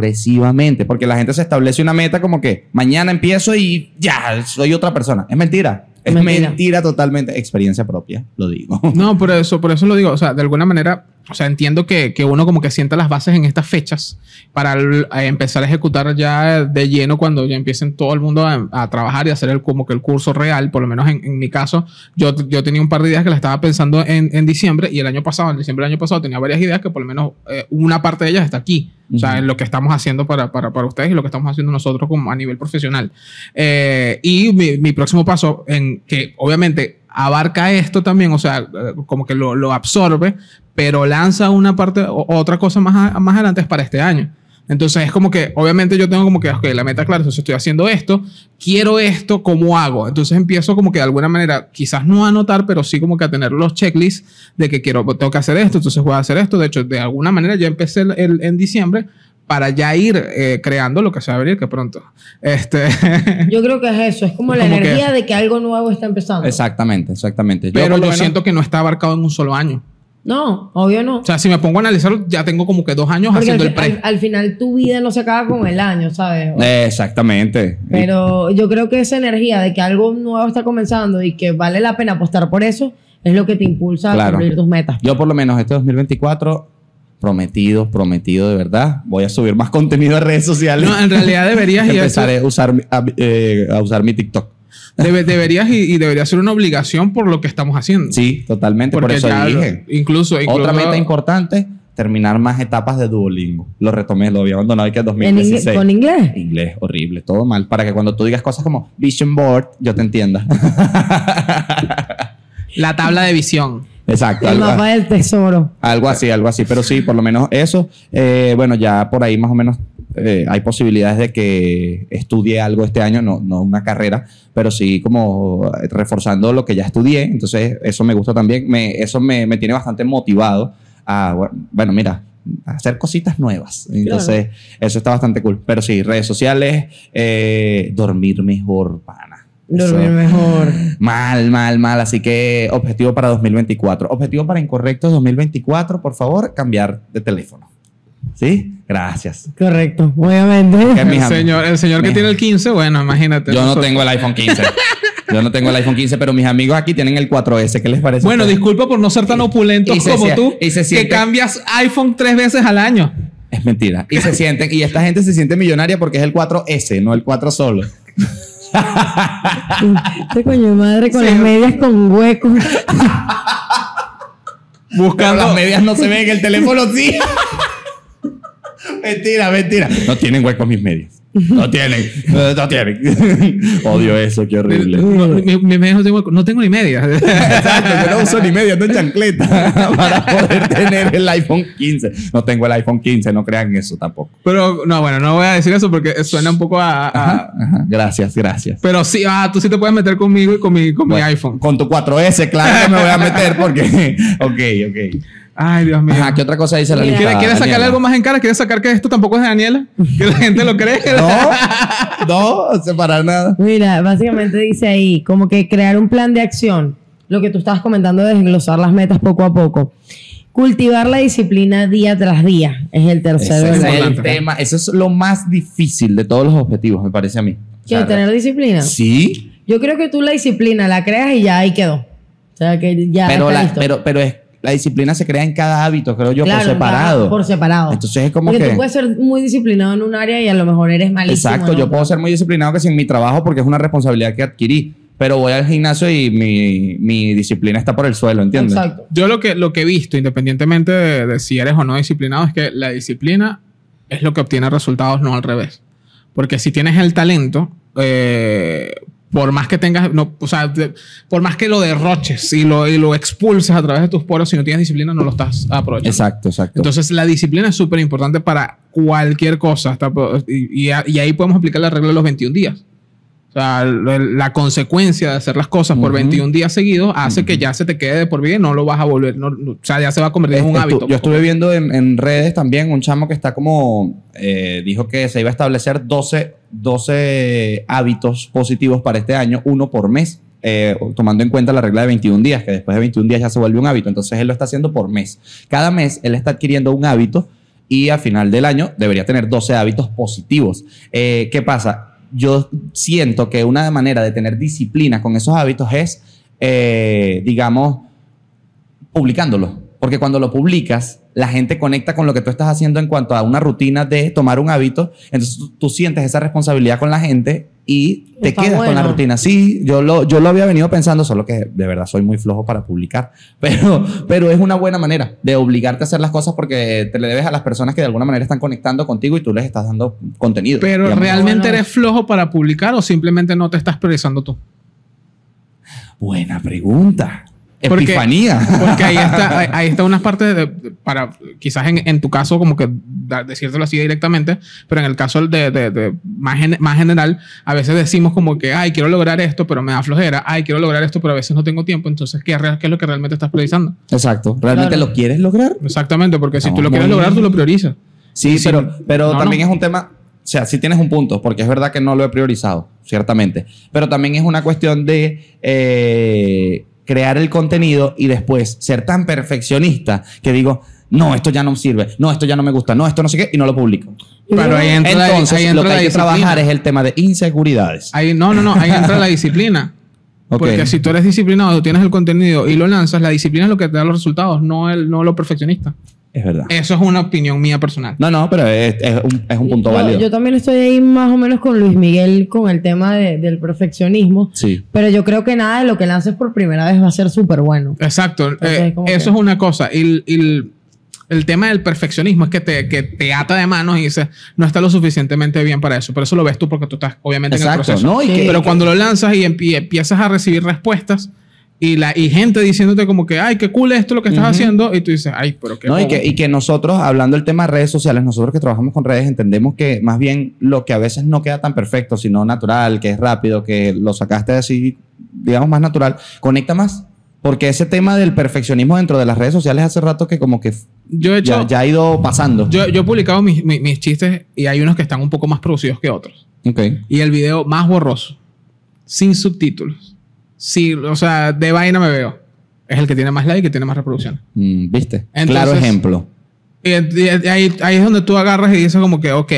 Speaker 6: progresivamente porque la gente se establece una meta como que mañana empiezo y ya, soy otra persona. Es mentira. Es
Speaker 4: Mentira.
Speaker 6: mentira, totalmente. Experiencia propia, lo digo.
Speaker 5: No, por eso, por eso lo digo. O sea, de alguna manera, o sea, entiendo que, que uno como que sienta las bases en estas fechas para el- eh, empezar a ejecutar ya de lleno cuando ya empiecen todo el mundo a, a trabajar y hacer el, como que el curso real. Por lo menos en, en mi caso, yo, yo tenía un par de ideas que las estaba pensando en, en diciembre y el año pasado, en diciembre del año pasado, tenía varias ideas que por lo menos eh, una parte de ellas está aquí. O sea,
Speaker 6: Ujú.
Speaker 5: en lo que estamos haciendo para, para, para ustedes y lo que estamos haciendo nosotros como a nivel profesional. Eh, y mi, mi próximo paso, en que obviamente abarca esto también, o sea, eh, como que lo, lo absorbe, pero lanza una parte, o- otra cosa más, a- más adelante es para este año. Entonces es como que, obviamente yo tengo como que, ok, la meta clara, entonces estoy haciendo esto, quiero esto, ¿cómo hago? Entonces empiezo como que de alguna manera, quizás no a anotar, pero sí como que a tener los checklists de que quiero, tengo que hacer esto, entonces voy a hacer esto. De hecho, de alguna manera ya empecé el- el- en diciembre para ya ir eh, creando lo que se va a venir, que pronto. Este,
Speaker 4: Yo creo que es eso, es como
Speaker 5: Es
Speaker 4: la
Speaker 5: como que-
Speaker 4: energía de que algo nuevo está empezando.
Speaker 6: Exactamente, exactamente.
Speaker 5: pero
Speaker 6: por lo
Speaker 5: yo
Speaker 6: menos-
Speaker 5: siento que no está abarcado en un solo año.
Speaker 4: No, obvio no.
Speaker 5: O sea, si me pongo a analizarlo, ya tengo como que dos años
Speaker 4: Porque al,
Speaker 5: haciendo el
Speaker 4: fi-
Speaker 5: pre.
Speaker 4: al- al final tu vida no se acaba con el año, ¿sabes?
Speaker 6: Exactamente.
Speaker 4: Pero yo creo que esa energía de que algo nuevo está comenzando y que vale la pena apostar por eso es lo que te impulsa a
Speaker 6: Claro.
Speaker 4: cumplir tus metas.
Speaker 6: Yo por lo menos este 2024 prometido, prometido de verdad, voy a subir más contenido a redes sociales.
Speaker 5: No, en realidad deberías y eso-
Speaker 6: Empezaré a usar, mi- a, eh, a usar mi TikTok.
Speaker 5: debe- deberías y, y debería ser una obligación por lo que estamos haciendo.
Speaker 6: Sí, totalmente.
Speaker 5: Porque
Speaker 6: por eso
Speaker 5: ya
Speaker 6: dije.
Speaker 5: incluso, incluso
Speaker 6: Otra meta importante, terminar más etapas de Duolingo. Lo retomé, lo había abandonado que en
Speaker 4: En ingle-
Speaker 6: 2016.
Speaker 4: ¿Con inglés?
Speaker 6: Inglés, horrible, todo mal. Para que cuando tú digas cosas como Vision Board, yo te entienda.
Speaker 5: la tabla de visión.
Speaker 6: Exacto.
Speaker 4: El
Speaker 6: algo-
Speaker 4: mapa del tesoro.
Speaker 6: Algo así, algo así. Pero sí, por lo menos eso. Eh, bueno, ya por ahí más o menos eh, hay posibilidades de que estudie algo este año, no, no una carrera, pero sí como reforzando lo que ya estudié. Entonces, eso me gusta también. Me, eso me, me tiene bastante motivado a, bueno, bueno, mira, a hacer cositas nuevas. Entonces, eso está bastante cool. Pero sí, redes sociales, eh, dormir mejor, pana.
Speaker 4: Dormir
Speaker 6: Eso-
Speaker 4: mejor.
Speaker 6: Mal, mal, mal. Así que objetivo para 2024. Objetivo para incorrectos 2024, por favor, cambiar de teléfono. ¿Sí? Gracias.
Speaker 4: Correcto, obviamente.
Speaker 6: Que mis
Speaker 5: El
Speaker 6: am-
Speaker 5: señor, el señor que
Speaker 6: Mis
Speaker 5: tiene el 15, bueno, imagínate.
Speaker 6: Yo no
Speaker 5: nosotros.
Speaker 6: tengo el iPhone 15. Yo no tengo el iPhone 15, pero mis amigos aquí tienen el 4S. ¿Qué les parece?
Speaker 5: Bueno,
Speaker 6: disculpe.
Speaker 5: disculpa por no ser tan opulentos
Speaker 6: y se
Speaker 5: como
Speaker 6: sie-
Speaker 5: tú,
Speaker 6: y se
Speaker 5: que
Speaker 6: siente-
Speaker 5: cambias iPhone tres veces al año.
Speaker 6: Es mentira. Y se sienten, y esta gente se siente millonaria porque es el 4S, no el 4 solo.
Speaker 4: Este coño de madre con las medias con huecos.
Speaker 6: Pero las medias no se ven, el teléfono sí. mentira, mentira. No tienen huecos mis medias. No tienen. No, no tienen. Odio eso, qué horrible.
Speaker 5: No, mi- mi- mi hijo tengo- no tengo ni media.
Speaker 6: Exacto, yo no uso ni media, no chancleta para poder tener el iPhone 15. No tengo el iPhone 15, no crean eso tampoco.
Speaker 5: Pero no, bueno, no voy a decir eso porque suena un poco a. a-
Speaker 6: Ajá, ajá. Gracias, gracias.
Speaker 5: pero sí, ah, tú sí te puedes meter conmigo y con mi, con mi
Speaker 6: Bueno,
Speaker 5: iPhone.
Speaker 6: Con tu 4S, claro que me voy a meter porque. ok, ok.
Speaker 5: Ay, Dios mío.
Speaker 6: Ajá, ¿qué otra cosa dice la
Speaker 5: ¿Quieres,
Speaker 6: lista?
Speaker 5: quieres sacarle
Speaker 6: Daniela?
Speaker 5: algo más en cara? ¿Quieres sacar que esto tampoco es de Daniela? Que la gente lo cree.
Speaker 6: No, no, separar nada.
Speaker 4: Mira, básicamente dice ahí, como que crear un plan de acción, lo que tú estabas comentando de desglosar las metas poco a poco. Cultivar la disciplina día tras día es el
Speaker 6: Ese
Speaker 4: tercero. de
Speaker 6: es
Speaker 4: la
Speaker 5: importante.
Speaker 6: el tema. Eso es lo más difícil de todos los objetivos, me parece a mí. O
Speaker 4: ¿Quieres
Speaker 6: sea,
Speaker 4: tener disciplina?
Speaker 6: Sí,
Speaker 4: Yo creo que tú la disciplina la creas y ya ahí quedó. O sea, que ya
Speaker 6: pero,
Speaker 4: está
Speaker 6: la,
Speaker 4: listo.
Speaker 6: pero, pero es, la disciplina se crea en cada hábito, creo yo,
Speaker 4: Claro,
Speaker 6: por separado.
Speaker 4: Por separado.
Speaker 6: Entonces es como
Speaker 4: Porque
Speaker 6: que...
Speaker 4: tú puedes ser muy disciplinado en un área y a lo mejor eres malísimo.
Speaker 6: Exacto,
Speaker 4: en
Speaker 6: yo
Speaker 4: otra.
Speaker 6: puedo ser muy disciplinado que sin mi trabajo porque es una responsabilidad que adquirí, pero voy al gimnasio y mi, mi disciplina está por el suelo, ¿entiendes?
Speaker 4: Exacto.
Speaker 5: Yo lo que, lo que he visto, independientemente de, de si eres o no disciplinado, es que la disciplina es lo que obtiene resultados, no al revés. Porque si tienes el talento, eh, por más que tengas, no, o sea, de- por más que lo derroches y lo, y lo expulses a través de tus poros, si no tienes disciplina, no lo estás aprovechando.
Speaker 6: Exacto, exacto.
Speaker 5: Entonces, la disciplina es súper importante para cualquier cosa. hasta po- y, y a- y ahí podemos aplicar la regla de los 21 días. O sea, la, la consecuencia de hacer las cosas por
Speaker 6: Ujú.
Speaker 5: 21 días seguidos hace que ya se te quede de por vida y no lo vas a volver. no- no- o sea, ya se va a convertir en un
Speaker 6: Estu-
Speaker 5: hábito.
Speaker 6: Yo estuve viendo en, en redes también un chamo que está como, eh, dijo que se iba a establecer 12, 12 hábitos positivos para este año, uno por mes, eh, tomando en cuenta la regla de 21 días, que después de 21 días ya se vuelve un hábito. Entonces él lo está haciendo por mes. Cada mes él está adquiriendo un hábito y al final del año debería tener 12 hábitos positivos. Eh, ¿Qué pasa? Yo siento que una manera de tener disciplina con esos hábitos es, eh, digamos, publicándolo. Porque cuando lo publicas, la gente conecta con lo que tú estás haciendo en cuanto a una rutina de tomar un hábito. Entonces tú, tú sientes esa responsabilidad con la gente y te
Speaker 4: Está
Speaker 6: quedas con la
Speaker 4: bueno.
Speaker 6: rutina. Sí, yo lo, yo lo había venido pensando, solo que de verdad soy muy flojo para publicar. Pero, pero es una buena manera de obligarte a hacer las cosas porque te le debes a las personas que de alguna manera están conectando contigo y tú les estás dando contenido.
Speaker 5: Pero
Speaker 6: digamos.
Speaker 5: realmente
Speaker 4: Bueno.
Speaker 5: eres flojo para publicar o simplemente no te estás priorizando tú.
Speaker 6: Buena pregunta.
Speaker 5: Porque-
Speaker 6: Epifanía.
Speaker 5: Porque ahí está, ahí- ahí está unas partes de- de- para, quizás en, en tu caso, como que da- decírtelo así directamente, pero en el caso de, de- de más, gen- más general, a veces decimos como que, ay, quiero lograr esto, pero me da flojera, ay, quiero lograr esto, pero a veces no tengo tiempo, entonces, ¿qué, re- qué es lo que realmente estás priorizando?
Speaker 6: Exacto. ¿Realmente
Speaker 4: Claro.
Speaker 6: lo quieres lograr?
Speaker 5: Exactamente, porque si tú lo
Speaker 6: Estamos
Speaker 5: quieres
Speaker 6: muy-
Speaker 5: lograr, tú lo priorizas.
Speaker 6: Sí,
Speaker 5: Sí,
Speaker 6: pero,
Speaker 5: sí.
Speaker 6: pero
Speaker 5: No,
Speaker 6: también
Speaker 5: no.
Speaker 6: es un tema, o sea, sí tienes un punto, porque es verdad que no lo he priorizado, ciertamente, pero también es una cuestión de eh, crear el contenido y después ser tan perfeccionista que digo, no, esto ya no sirve, no, esto ya no me gusta, no, esto no sé qué, y no lo publico.
Speaker 5: Pero ahí entra, la-
Speaker 6: Entonces,
Speaker 5: ahí entra
Speaker 6: lo que
Speaker 5: la
Speaker 6: hay que
Speaker 5: disciplina.
Speaker 6: trabajar es el tema de inseguridades.
Speaker 5: Ahí, no, no, no, ahí entra la disciplina.
Speaker 6: Ok.
Speaker 5: Porque si tú eres disciplinado, tú tienes el contenido y lo lanzas, la disciplina es lo que te da los resultados, no, el, no lo perfeccionista.
Speaker 6: Es verdad.
Speaker 5: Eso es una opinión mía personal.
Speaker 6: No, no, pero es, es un, es un punto
Speaker 4: yo,
Speaker 6: válido.
Speaker 4: yo también estoy ahí más o menos con Luis Miguel con el tema de- del perfeccionismo.
Speaker 6: sí.
Speaker 4: Pero yo creo que nada de lo que lances por primera vez va a ser súper bueno.
Speaker 5: Exacto.
Speaker 4: Entonces,
Speaker 5: eh,
Speaker 4: como
Speaker 5: eso
Speaker 4: que-
Speaker 5: es una cosa. Y el, y el- el tema del perfeccionismo es que te, que te ata de manos y dices, no está lo suficientemente bien para eso. Pero eso lo ves tú porque tú estás obviamente en el
Speaker 6: Exacto,
Speaker 5: proceso.
Speaker 6: ¿no? Y
Speaker 4: Sí.
Speaker 6: que-
Speaker 5: Pero cuando lo lanzas y empie- empiezas a recibir respuestas y, la, y gente diciéndote como que, ay, qué cool es esto lo que estás haciendo. Y tú dices, ay, pero qué...
Speaker 6: No, y
Speaker 5: bobo".
Speaker 6: que, y que nosotros, hablando del tema de redes sociales, nosotros que trabajamos con redes entendemos que más bien lo que a veces no queda tan perfecto, sino natural, que es rápido, que lo sacaste así, digamos, más natural, conecta más. Porque ese tema del perfeccionismo dentro de las redes sociales hace rato que como que
Speaker 5: yo he hecho...
Speaker 6: ya, ya ha ido pasando.
Speaker 5: Yo, yo he publicado mis, mis- mis chistes y hay unos que están un poco más producidos que otros.
Speaker 6: Ok.
Speaker 5: Y el video más borroso, sin subtítulos. Sí, o sea, de vaina me veo. Es el que tiene más like y que tiene más reproducciones.
Speaker 6: Mm, ¿Viste?
Speaker 5: Entonces-
Speaker 6: claro ejemplo.
Speaker 5: Y, y- y ahí, ahí es donde tú agarras y dices como que, ok,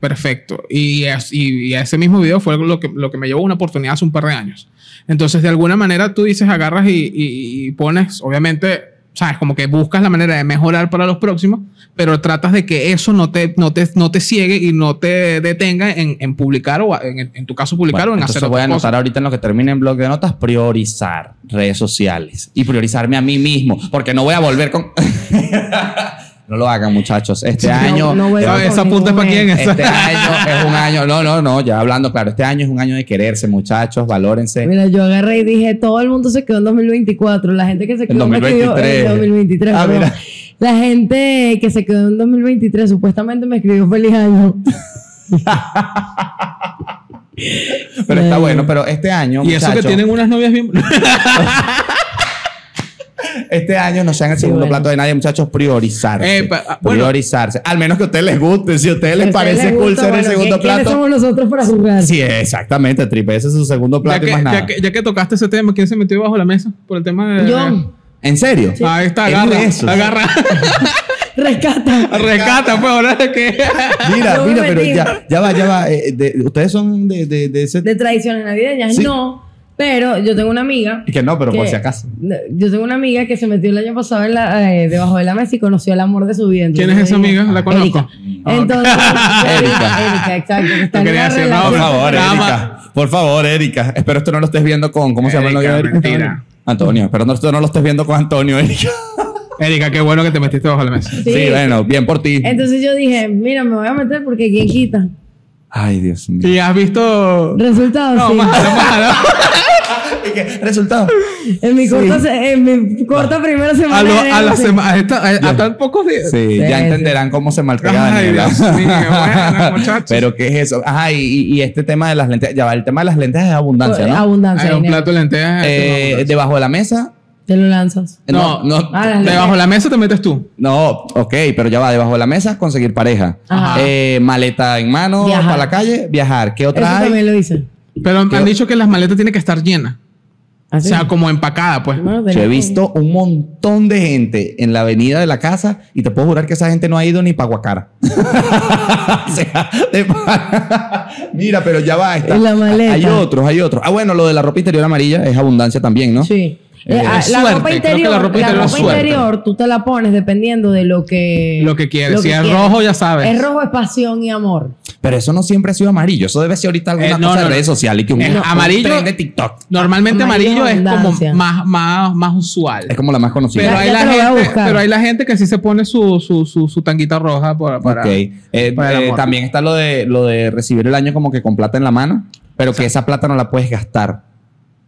Speaker 5: perfecto. Y, es- y- y ese mismo video fue lo que, lo que me llevó a una oportunidad hace un par de años. Entonces, de alguna manera, tú dices, agarras y, y- y pones, obviamente, sabes, como que buscas la manera de mejorar para los próximos, pero tratas de que eso no te, no te, no te ciegue y no te detenga en, en publicar o a- en, en tu caso publicar
Speaker 6: Bueno,
Speaker 5: o en
Speaker 6: entonces
Speaker 5: hacer
Speaker 6: voy a
Speaker 5: otra
Speaker 6: anotar
Speaker 5: cosa.
Speaker 6: ahorita en lo que termine en blog de notas, priorizar redes sociales y priorizarme a mí mismo, porque no voy a volver con... no lo hagan muchachos, este
Speaker 5: Sí, no-
Speaker 6: año...
Speaker 4: no voy
Speaker 6: de-
Speaker 4: a-
Speaker 5: ¿Sabes? Esa punta es para quién. Esa-
Speaker 6: Este año es un año, no, no, no, ya hablando claro, este año es un año de quererse, muchachos, valórense.
Speaker 4: Mira, yo agarré y dije, todo el mundo se quedó en 2024. La gente que se quedó me escribió- en
Speaker 6: 2023.
Speaker 4: 2023.
Speaker 6: Ah,
Speaker 4: perdón.
Speaker 6: mira.
Speaker 4: La gente que se quedó en 2023 supuestamente me escribió feliz año.
Speaker 6: Pero está bueno, pero este año,
Speaker 5: Y eso que
Speaker 6: muchachos,
Speaker 5: tienen unas novias bien...
Speaker 6: este año no sean el segundo
Speaker 4: bueno.
Speaker 6: plato de nadie, muchachos, priorizarse.
Speaker 5: Eh, pa- ah, bueno.
Speaker 6: priorizarse. Al menos que a ustedes les guste, si a ustedes les
Speaker 4: Si a ustedes
Speaker 6: parece
Speaker 4: les
Speaker 6: cool
Speaker 4: gusta,
Speaker 6: ser el
Speaker 4: bueno,
Speaker 6: segundo
Speaker 4: ¿quién- quiénes
Speaker 6: plato.
Speaker 4: somos nosotros para juzgar?
Speaker 6: Sí, exactamente, Tripe. Ese es su segundo
Speaker 5: Ya
Speaker 6: plato
Speaker 5: que,
Speaker 6: y más nada.
Speaker 5: ya que- ya que tocaste ese tema, ¿quién se metió bajo la mesa por el tema de...?
Speaker 4: Yo,
Speaker 6: ¿En serio?
Speaker 5: Ahí está,
Speaker 6: Es
Speaker 5: agarra,
Speaker 6: de esos.
Speaker 5: agarra,
Speaker 4: rescata.
Speaker 5: rescata, pues ahora que...
Speaker 6: Mira,
Speaker 4: No me
Speaker 6: mira, pero
Speaker 4: metí.
Speaker 6: ya, ya va, ya va. eh, de- ustedes son de, de- de ese.
Speaker 4: De tradiciones navideñas,
Speaker 6: Sí.
Speaker 4: no. Pero yo tengo una amiga.
Speaker 6: que no, pero por
Speaker 4: que-
Speaker 6: si acaso.
Speaker 4: No, Yo tengo una amiga que se metió el año pasado en la, eh, debajo de la mesa y conoció el amor de su vida. Entonces
Speaker 5: ¿Quién es
Speaker 4: yo
Speaker 5: esa
Speaker 4: dije,
Speaker 5: amiga? La conozco.
Speaker 4: Erika. Entonces,
Speaker 6: Ah, Erika.
Speaker 4: Erika, Erika, exacto. que está
Speaker 5: No
Speaker 4: en
Speaker 5: quería
Speaker 4: una
Speaker 5: decir, no,
Speaker 6: Por
Speaker 4: relación.
Speaker 5: pero-
Speaker 6: favor,
Speaker 5: Nada más.
Speaker 6: Erika. Por favor, Erika. Espero esto no lo estés viendo con. ¿Cómo se llama el novio
Speaker 5: Erika,
Speaker 6: de Erika?
Speaker 5: mentira.
Speaker 6: Antonio. Espero no- esto no lo estés viendo con Antonio, Erika.
Speaker 5: Erika, qué bueno que te metiste bajo la mesa.
Speaker 6: Sí, bueno, bien por ti.
Speaker 4: Entonces yo dije, mira, me voy a meter porque quién quita.
Speaker 6: Ay, Dios mío.
Speaker 5: ¿Y has visto...?
Speaker 4: Resultado,
Speaker 5: No,
Speaker 4: sí.
Speaker 5: más,
Speaker 6: Y que, resultado.
Speaker 4: En mi corta, se- en mi corta primera semana.
Speaker 5: A, lo-
Speaker 4: de
Speaker 5: a la
Speaker 4: negocio.
Speaker 5: sema- a esta- a- a tan pocos días.
Speaker 6: Sí, ya
Speaker 4: sí.
Speaker 6: entenderán cómo se malpega
Speaker 5: Ay,
Speaker 6: Daniela.
Speaker 5: Dios mío, bueno, muchachos.
Speaker 6: Pero qué es eso. Ajá, y, y- y este tema de las lentejas, ya va, el tema de las lentejas es abundancia, ¿no?
Speaker 4: Pues, Abundancia.
Speaker 5: Hay un
Speaker 4: dinero.
Speaker 5: plato de lentejas.
Speaker 6: Eh, debajo de la mesa.
Speaker 4: Te lo lanzas.
Speaker 6: No,
Speaker 5: No.
Speaker 6: no,
Speaker 4: Ah, las
Speaker 5: Debajo de la mesa te metes tú.
Speaker 6: no, ok, pero ya va, debajo de la mesa, conseguir pareja.
Speaker 4: Ajá.
Speaker 6: Eh, maleta en mano,
Speaker 4: Viajar.
Speaker 6: para la calle, viajar. ¿Qué
Speaker 4: Eso
Speaker 6: otra hay?
Speaker 4: también lo dicen.
Speaker 5: Pero me
Speaker 6: Creo-
Speaker 5: han dicho que las maletas tienen que estar llenas. O sea, como empacada, pues.
Speaker 6: Yo he visto un montón de gente en la avenida de la casa y te puedo jurar que esa gente no ha ido ni para Guacara. O sea, de pa- Mira, pero ya va. está-
Speaker 4: Y la maleta.
Speaker 6: Hay otros, hay otros. Ah, bueno, lo de la ropa interior amarilla es abundancia también, ¿no?
Speaker 4: Sí.
Speaker 6: Eh,
Speaker 4: Eh, ah,
Speaker 5: es
Speaker 4: la
Speaker 5: suerte,
Speaker 4: ropa
Speaker 5: creo que la
Speaker 4: interior, la
Speaker 5: ropa
Speaker 4: ropa
Speaker 5: interior
Speaker 6: es suerte.
Speaker 4: interior, tú te la pones dependiendo de lo que
Speaker 5: Lo que quieres.
Speaker 4: lo
Speaker 5: Si es
Speaker 4: quieres.
Speaker 5: rojo, ya sabes.
Speaker 4: Es rojo es pasión y amor.
Speaker 6: Pero eso no siempre ha sido amarillo. Eso debe ser ahorita alguna
Speaker 5: Eh, no,
Speaker 6: cosa
Speaker 5: no,
Speaker 6: de redes
Speaker 5: no.
Speaker 6: sociales. Que un,
Speaker 5: Eh,
Speaker 6: un
Speaker 5: amarillo-
Speaker 6: trend de TikTok.
Speaker 5: Normalmente
Speaker 4: Amarillo
Speaker 5: amarillo, es
Speaker 4: abundancia.
Speaker 5: como más, más, más usual.
Speaker 6: Es como la más conocida.
Speaker 5: Pero
Speaker 4: Ya-
Speaker 5: hay,
Speaker 4: ya te
Speaker 5: la
Speaker 4: lo voy a
Speaker 5: gente,
Speaker 4: buscar.
Speaker 5: pero hay la gente que sí se pone su, su, su, su tanguita roja para, para-
Speaker 6: Ok. Eh,
Speaker 5: para el
Speaker 6: eh,
Speaker 5: amor.
Speaker 6: también está lo de, lo de recibir el año como que con plata en la mano, pero que esa plata no la puedes gastar.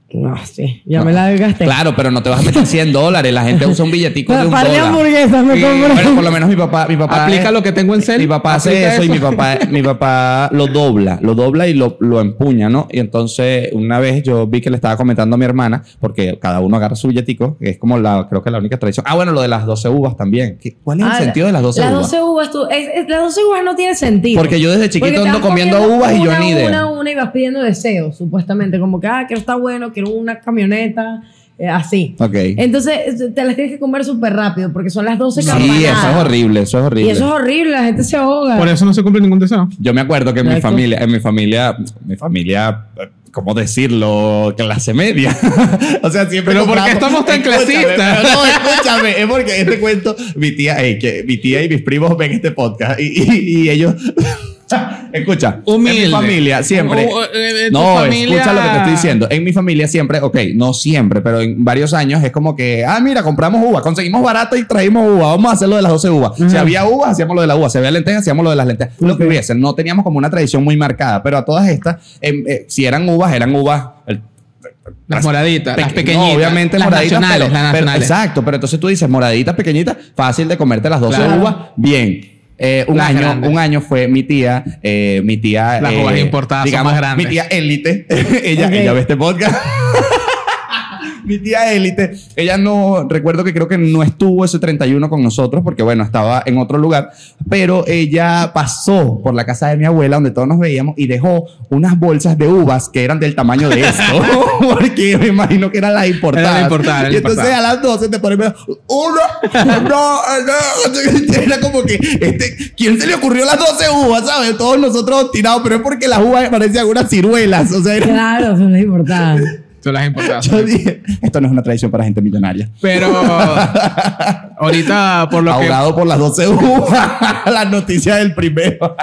Speaker 4: No, sí, ya
Speaker 6: No.
Speaker 4: me la gasté.
Speaker 6: Claro, pero no te vas a meter 100 dólares. La gente usa un billetico de
Speaker 4: Un
Speaker 6: un
Speaker 4: par de
Speaker 6: dólar.
Speaker 4: hamburguesas me
Speaker 5: Sí,
Speaker 4: compré.
Speaker 6: Bueno, por lo menos mi papá, mi papá
Speaker 5: Aplica
Speaker 6: es-
Speaker 5: lo que tengo en cel.
Speaker 6: mi papá hace
Speaker 5: aplica
Speaker 6: eso, y mi papá, mi papá lo dobla, lo dobla y lo, lo empuña, ¿no? Y entonces una vez yo vi que le estaba comentando a mi hermana, porque cada uno agarra su billetico, que es como la, creo que la única tradición. Ah, bueno, lo de las 12 uvas también. ¿Qué- ¿Cuál es el
Speaker 4: Ah,
Speaker 6: sentido de las 12
Speaker 4: las
Speaker 6: uvas?
Speaker 4: 12 uvas, tú, es- es- las 12 uvas no tiene sentido.
Speaker 6: Porque yo desde
Speaker 4: Porque
Speaker 6: chiquito
Speaker 4: te
Speaker 6: ando
Speaker 4: vas
Speaker 6: comiendo
Speaker 4: comiendo
Speaker 6: uvas y yo
Speaker 4: una,
Speaker 6: ni idea.
Speaker 4: Una, una y vas pidiendo deseos, supuestamente. Como que, ah, quiero estar bueno, quiero una camioneta, eh, así.
Speaker 6: Ok.
Speaker 4: Entonces eh, te las tienes que comer súper rápido porque son las 12
Speaker 6: Sí,
Speaker 4: campanadas.
Speaker 6: eso es horrible, eso es
Speaker 4: Y
Speaker 6: horrible.
Speaker 4: eso es horrible, la gente se ahoga.
Speaker 5: Por eso no se cumple ningún deseo.
Speaker 6: Yo me acuerdo que en mi
Speaker 4: Exacto.
Speaker 6: familia, en mi familia, mi familia, ¿cómo decirlo? Clase media. o sea, siempre.
Speaker 5: Pero ¿por qué
Speaker 6: comprábamos-
Speaker 5: estamos tan
Speaker 6: Escúchame,
Speaker 5: clasistas?
Speaker 6: pero No, escúchame, es porque este cuento, mi tía, ey, que mi tía y mis primos ven este podcast y, y- y ellos. Escucha,
Speaker 5: Humilde.
Speaker 6: en mi familia siempre.
Speaker 5: O- o- en tu
Speaker 6: no,
Speaker 5: familia-
Speaker 6: escucha lo que te estoy diciendo. En mi familia siempre, ok, no siempre, pero en varios años es como que, ah, mira, compramos uva, conseguimos barato y traímos uva, vamos a hacer lo de las 12 uvas. Si había uvas, hacíamos lo de la uva, si había lentejas, hacíamos lo de las lentejas. Lo que hubiese, no teníamos como una tradición muy marcada, pero a todas estas, em, eh, si eran uvas, eran uvas. el-
Speaker 5: Las moraditas,
Speaker 6: Pe-
Speaker 5: las pequeñitas.
Speaker 6: No, obviamente
Speaker 5: las
Speaker 6: moraditas.
Speaker 5: nacionales,
Speaker 6: pero-
Speaker 5: las
Speaker 6: pero-
Speaker 5: nacionales.
Speaker 6: exacto, pero entonces tú dices moraditas pequeñitas, fácil de comerte las 12
Speaker 5: Claro.
Speaker 6: uvas, bien. Eh, un,
Speaker 5: Las
Speaker 6: año,
Speaker 5: grandes.
Speaker 6: un año fue mi tía, eh, mi tía.
Speaker 5: Las
Speaker 6: eh,
Speaker 5: uvas importadas son más grandes.
Speaker 6: Mi tía élite, ella,
Speaker 4: Ok.
Speaker 6: ella ve este podcast. mi tía élite, ella no, recuerdo que creo que no estuvo ese 31 con nosotros porque bueno, estaba en otro lugar, pero ella pasó por la casa de mi abuela donde todos nos veíamos y dejó unas bolsas de uvas que eran del tamaño de esto, porque me imagino que eran las importadas.
Speaker 5: Eran las importadas, eran
Speaker 6: y entonces
Speaker 5: importadas.
Speaker 6: a las 12 te ponen uno, no, no, era como que este, ¿quién se le ocurrió las 12 uvas, sabes? Todos nosotros tirados, pero es porque las uvas parecían unas ciruelas, o sea, era-
Speaker 4: Claro, eso no importa.
Speaker 5: Son las importadas.
Speaker 6: yo dije, esto no es una tradición para gente millonaria.
Speaker 5: Pero ahorita, por lo que
Speaker 6: ahogado por las 12 uvas. las noticias del primero.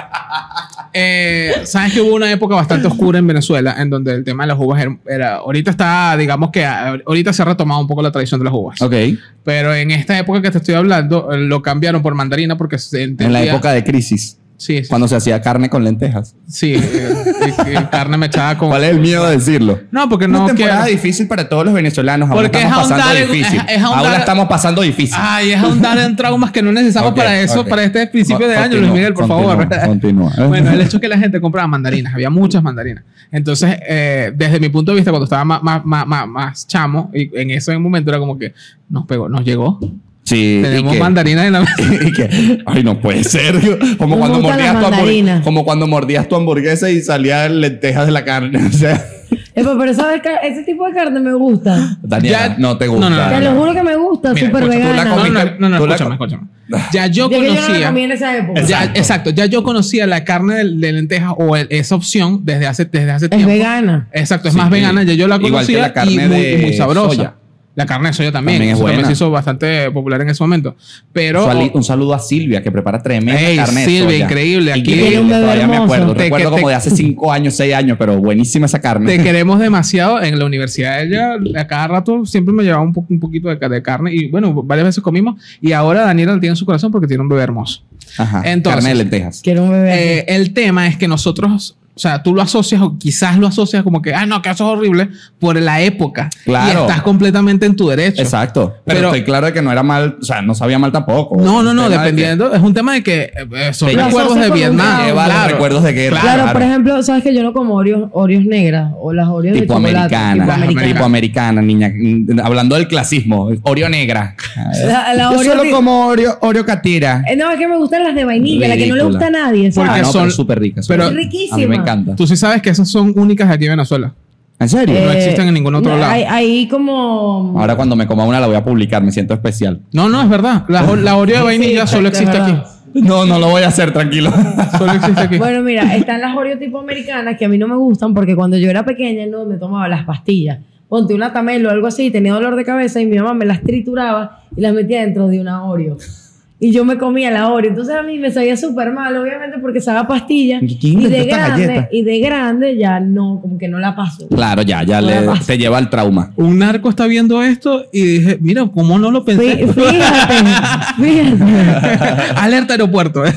Speaker 5: Eh, Sabes que hubo una época bastante oscura en Venezuela en donde el tema de las uvas era, era- ahorita está, digamos que a- ahorita se ha retomado un poco la tradición de las uvas.
Speaker 6: Ok.
Speaker 5: Pero en esta época que te estoy hablando eh, lo cambiaron por mandarina porque se
Speaker 6: En la
Speaker 5: entendía-
Speaker 6: época de crisis,
Speaker 5: sí, sí,
Speaker 6: cuando se hacía carne con lentejas.
Speaker 5: sí, eh, y- y carne mechada con
Speaker 6: ¿Cuál es el miedo de decirlo?
Speaker 5: no porque
Speaker 6: Una
Speaker 5: no
Speaker 6: temporada
Speaker 5: quiero.
Speaker 6: difícil para todos los venezolanos. Ahora
Speaker 5: Porque
Speaker 6: estamos
Speaker 5: es
Speaker 6: pasando
Speaker 5: ahondar en-
Speaker 6: difícil.
Speaker 5: es- es ahondar- Ah,
Speaker 6: Ahora estamos pasando difícil.
Speaker 5: Ay, es ahondar en traumas que no necesitamos
Speaker 6: Ok,
Speaker 5: para eso,
Speaker 6: ok.
Speaker 5: para este principio de
Speaker 6: Con-
Speaker 5: año,
Speaker 6: continúa,
Speaker 5: Luis Miguel, por favor.
Speaker 6: continúa, Continúa.
Speaker 5: Bueno, el hecho es que la gente compraba mandarinas, había muchas mandarinas. Entonces, eh, desde mi punto de vista, cuando estaba más, más, más, más- más chamo, y en ese momento era como que nos pegó, nos llegó.
Speaker 6: Sí,
Speaker 5: Tenemos
Speaker 6: ¿y qué?
Speaker 5: mandarinas en la mesa.
Speaker 6: y que, ay, no puede ser. Como
Speaker 4: Me
Speaker 6: cuando, mordías
Speaker 4: gustan las
Speaker 6: tu hamburguesa,
Speaker 4: mandarinas.
Speaker 6: como cuando mordías tu hamburguesa y salían lentejas de la carne. O sea,
Speaker 4: Epa, pero ¿sabes? qué? Ese tipo de carne me gusta.
Speaker 6: Daniela,
Speaker 5: Ya-
Speaker 6: no te gusta.
Speaker 5: no, no,
Speaker 4: Te lo juro que me gusta,
Speaker 5: Mira,
Speaker 4: súper
Speaker 5: escucha, tú
Speaker 4: vegana.
Speaker 5: la No,
Speaker 6: comiste,
Speaker 5: no, no, no,
Speaker 6: tú la
Speaker 5: escúchame,
Speaker 6: com-
Speaker 5: escúchame. Ya yo
Speaker 4: Ya que yo no la
Speaker 5: conocía.
Speaker 4: comí en esa época.
Speaker 5: ya, exacto, ya yo conocía la carne de, de lenteja o el- esa opción desde hace, desde hace
Speaker 4: Es
Speaker 5: tiempo.
Speaker 4: vegana.
Speaker 5: Exacto, es
Speaker 6: Sí.
Speaker 5: más vegana. Ya yo la
Speaker 6: Igual que
Speaker 5: conocía
Speaker 6: la carne
Speaker 5: y muy,
Speaker 6: de
Speaker 5: y muy sabrosa.
Speaker 6: soya.
Speaker 5: La carne de soya también.
Speaker 6: También es
Speaker 5: eso
Speaker 6: buena.
Speaker 5: se hizo bastante popular en ese momento. Pero oh.
Speaker 6: Sali- un saludo a Silvia que prepara tremenda
Speaker 5: Ey,
Speaker 6: carne de
Speaker 5: Silvia,
Speaker 6: soya.
Speaker 5: increíble, aquí-
Speaker 4: Tiene un bebé
Speaker 6: todavía me
Speaker 4: hermoso.
Speaker 6: acuerdo.
Speaker 5: Te-
Speaker 6: Recuerdo
Speaker 5: que-
Speaker 6: como
Speaker 5: te-
Speaker 6: de hace 5 años, 6 años, pero buenísima esa carne.
Speaker 5: Te queremos demasiado. En la universidad ella a cada rato siempre me llevaba un, po- un poquito de, ca- de carne y bueno, varias veces comimos y ahora Daniela la tiene en su corazón porque tiene un bebé hermoso.
Speaker 6: Ajá,
Speaker 5: Entonces-
Speaker 6: carne de lentejas.
Speaker 4: Quiero un bebé.
Speaker 5: Eh, el tema Eh, es que nosotros O sea, tú lo asocias o quizás lo asocias como que, ah, no, que eso es horrible por la época.
Speaker 6: Claro.
Speaker 5: Y estás completamente en tu derecho.
Speaker 6: Exacto. Pero,
Speaker 5: Pero-
Speaker 6: estoy claro de que no era mal, o sea, no sabía mal tampoco.
Speaker 5: No, no,
Speaker 6: Era
Speaker 5: no,
Speaker 6: de que-
Speaker 5: dependiendo. Es un tema de que eh, eh, son
Speaker 6: Te
Speaker 5: recuerdos
Speaker 4: asocias con
Speaker 5: de
Speaker 4: un
Speaker 5: Vietnam.
Speaker 4: trauma.
Speaker 6: Lleva los recuerdos de guerra.
Speaker 4: Claro,
Speaker 6: Claro.
Speaker 4: por ejemplo, sabes que yo no como Oreos, Oreos negras o las Oreos de
Speaker 6: Tipo
Speaker 4: chocolate,
Speaker 6: americana,
Speaker 4: tipo
Speaker 6: tipo americana.
Speaker 4: americana.
Speaker 6: niña. Mm, Hablando del clasismo, Oreo negra.
Speaker 4: La- la
Speaker 6: Yo
Speaker 4: Oreo
Speaker 6: solo
Speaker 4: ti-
Speaker 6: como Oreo, Oreo catira.
Speaker 4: Eh, no, es que me gustan las de vainilla, la que no le
Speaker 6: Ridícula.
Speaker 4: gusta a nadie. ¿sabes?
Speaker 5: Porque
Speaker 6: Ah, no,
Speaker 5: son-
Speaker 6: pero súper ricas.
Speaker 5: pero-
Speaker 6: súper ricas. A mí me
Speaker 4: Riquísima.
Speaker 6: encanta.
Speaker 5: Tú sí sabes que esas son únicas de aquí en Venezuela.
Speaker 6: ¿En serio?
Speaker 4: Eh,
Speaker 5: no existen en ningún otro
Speaker 4: no,
Speaker 5: lado.
Speaker 4: Hay, hay como.
Speaker 6: Ahora cuando me coma una la voy a publicar, me siento especial.
Speaker 5: No, no, es verdad. La, la Oreo de vainilla
Speaker 4: Sí,
Speaker 5: solo
Speaker 4: es
Speaker 5: existe aquí.
Speaker 4: verdad.
Speaker 6: No, no lo voy a hacer, tranquilo.
Speaker 5: Solo existe aquí.
Speaker 4: Bueno, mira, están las Oreo tipo americanas que a mí no me gustan porque cuando yo era pequeña no me tomaba las pastillas. Ponte una tamelo o algo así, tenía dolor de cabeza y mi mamá me las trituraba y las metía dentro de una Oreo. Y yo me comía la Oreo. Entonces a mí me sabía súper mal, obviamente, porque sabía pastilla.
Speaker 6: ¿Y quién
Speaker 4: Y
Speaker 6: inventó
Speaker 4: de,
Speaker 6: esta
Speaker 4: grande,
Speaker 6: galleta?
Speaker 4: y de grande ya no, como que no la paso.
Speaker 6: Claro, ya, ya
Speaker 4: No la
Speaker 6: le,
Speaker 4: paso.
Speaker 6: te lleva al trauma.
Speaker 5: Un narco está viendo esto y dije, mira, ¿cómo no lo
Speaker 4: Fí-
Speaker 5: pensé?
Speaker 4: Fíjate, fíjate.
Speaker 5: Alerta aeropuerto.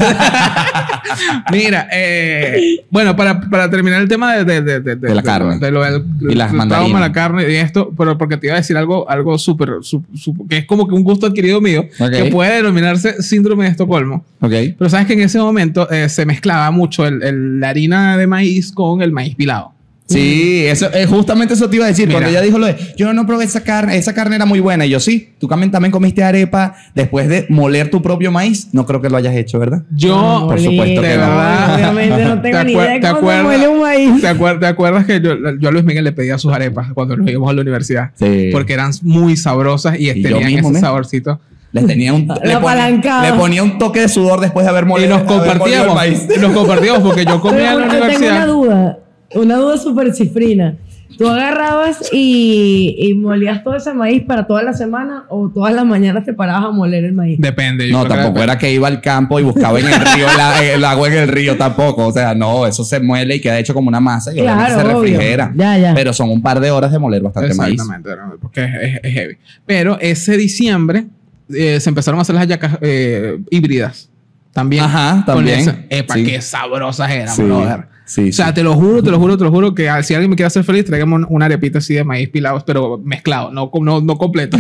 Speaker 5: Mira, eh, bueno, para, para terminar el tema de, de- de- de-
Speaker 6: De la carne.
Speaker 5: de lo del-
Speaker 6: Y las
Speaker 5: del
Speaker 6: mandarinas.
Speaker 5: trauma, la carne y esto, pero porque te iba a decir algo, algo súper, su- su- que es como que un gusto adquirido mío,
Speaker 6: Ok.
Speaker 5: que puede denominarse síndrome de Estocolmo.
Speaker 6: ¿Ok?
Speaker 5: Pero sabes que en ese momento eh, se mezclaba mucho el- el- la harina de maíz con el maíz pilado.
Speaker 6: Sí, eso, eh, justamente eso te iba a decir.
Speaker 5: Mira.
Speaker 6: Cuando ella dijo lo de, yo no probé esa carne, esa carne era muy buena. Y yo, sí, tú también, también comiste arepa después de moler tu propio maíz. No creo que lo hayas hecho, ¿verdad?
Speaker 5: Yo,
Speaker 6: Por supuesto que
Speaker 5: de
Speaker 6: no.
Speaker 5: verdad.
Speaker 4: Obviamente no tengo ni
Speaker 5: acuer-
Speaker 4: idea de
Speaker 5: te
Speaker 4: cómo
Speaker 5: acuerdas-
Speaker 4: muele un maíz.
Speaker 5: ¿Te, acuer- te acuerdas que yo, yo a Luis Miguel le pedía sus arepas cuando nos íbamos a la universidad?
Speaker 6: Sí.
Speaker 5: Porque eran muy sabrosas y,
Speaker 6: Y yo
Speaker 5: tenían
Speaker 6: mismo,
Speaker 5: ese
Speaker 6: men.
Speaker 5: saborcito.
Speaker 6: Le tenía un. le ponía-
Speaker 4: apalancaba.
Speaker 6: Le ponía un toque de sudor después de haber
Speaker 5: y
Speaker 6: molido.
Speaker 5: nos
Speaker 6: haber molido el
Speaker 5: compartíamos.
Speaker 6: maíz.
Speaker 5: Nos compartíamos porque yo comía en
Speaker 4: Pero
Speaker 5: la
Speaker 4: yo tengo una
Speaker 5: universidad.
Speaker 4: duda, una duda súper cifrina. ¿Tú agarrabas y, y molías todo ese maíz para toda la semana o todas las mañanas te parabas a moler el maíz?
Speaker 5: Depende. yo
Speaker 6: No,
Speaker 5: creo que
Speaker 6: tampoco
Speaker 5: depende.
Speaker 6: era que iba al campo y buscaba en el río la- eh, el agua en el río tampoco. O sea, no, eso se muele y queda hecho como una masa y
Speaker 4: Claro,
Speaker 6: obviamente se
Speaker 4: obvio.
Speaker 6: refrigera.
Speaker 4: Ya, ya.
Speaker 6: Pero son un par de horas de moler bastante maíz.
Speaker 5: Exactamente, era- porque es, es- es heavy. Pero ese diciembre eh, se empezaron a hacer las yacas eh, híbridas. También.
Speaker 6: Ajá,
Speaker 5: Con
Speaker 6: también.
Speaker 5: esa- Epa,
Speaker 6: Sí.
Speaker 5: qué sabrosas eran,
Speaker 6: Sí,
Speaker 5: brother.
Speaker 6: sí,
Speaker 5: o sea,
Speaker 6: sí.
Speaker 5: te lo juro, te lo juro, te lo juro que al- si alguien me quiere hacer feliz, traigamos un- una arepita así de maíz pilado, pero mezclado, no, com- no, no completo.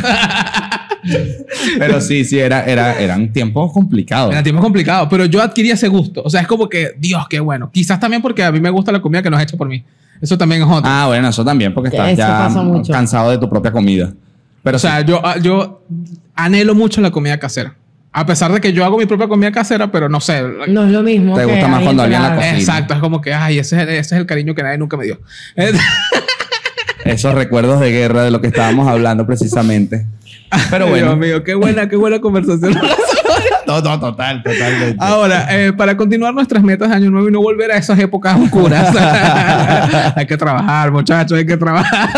Speaker 6: Pero sí, sí, era, era, eran tiempos complicados.
Speaker 5: Era tiempo complicado, pero yo adquirí ese gusto. O sea, es como que, Dios, qué bueno. Quizás también porque a mí me gusta la comida que no es hecha por mí. Eso también es otro.
Speaker 6: Ah, bueno, eso también, porque
Speaker 4: Ya,
Speaker 6: estás
Speaker 4: eso
Speaker 6: ya
Speaker 4: pasa mucho.
Speaker 6: cansado de tu propia comida. Pero
Speaker 5: o sea, yo, ah, yo anhelo mucho la comida casera. A pesar de que yo hago mi propia comida casera, pero no sé. la-
Speaker 4: No es lo mismo.
Speaker 6: Te
Speaker 4: que
Speaker 6: gusta más cuando
Speaker 4: alguien
Speaker 6: alguien la
Speaker 4: te haga.
Speaker 6: cocina.
Speaker 5: Exacto, es como que, ay, ese es, el- ese es el cariño que nadie nunca me dio.
Speaker 6: esos recuerdos de guerra de lo que estábamos hablando precisamente. Pero bueno.
Speaker 5: Dios mío, qué buena, qué buena conversación.
Speaker 6: No, no, total, totalmente.
Speaker 5: Ahora, eh, para continuar nuestras metas de año nuevo y no volver a esas épocas oscuras, hay que trabajar, muchachos, hay que trabajar.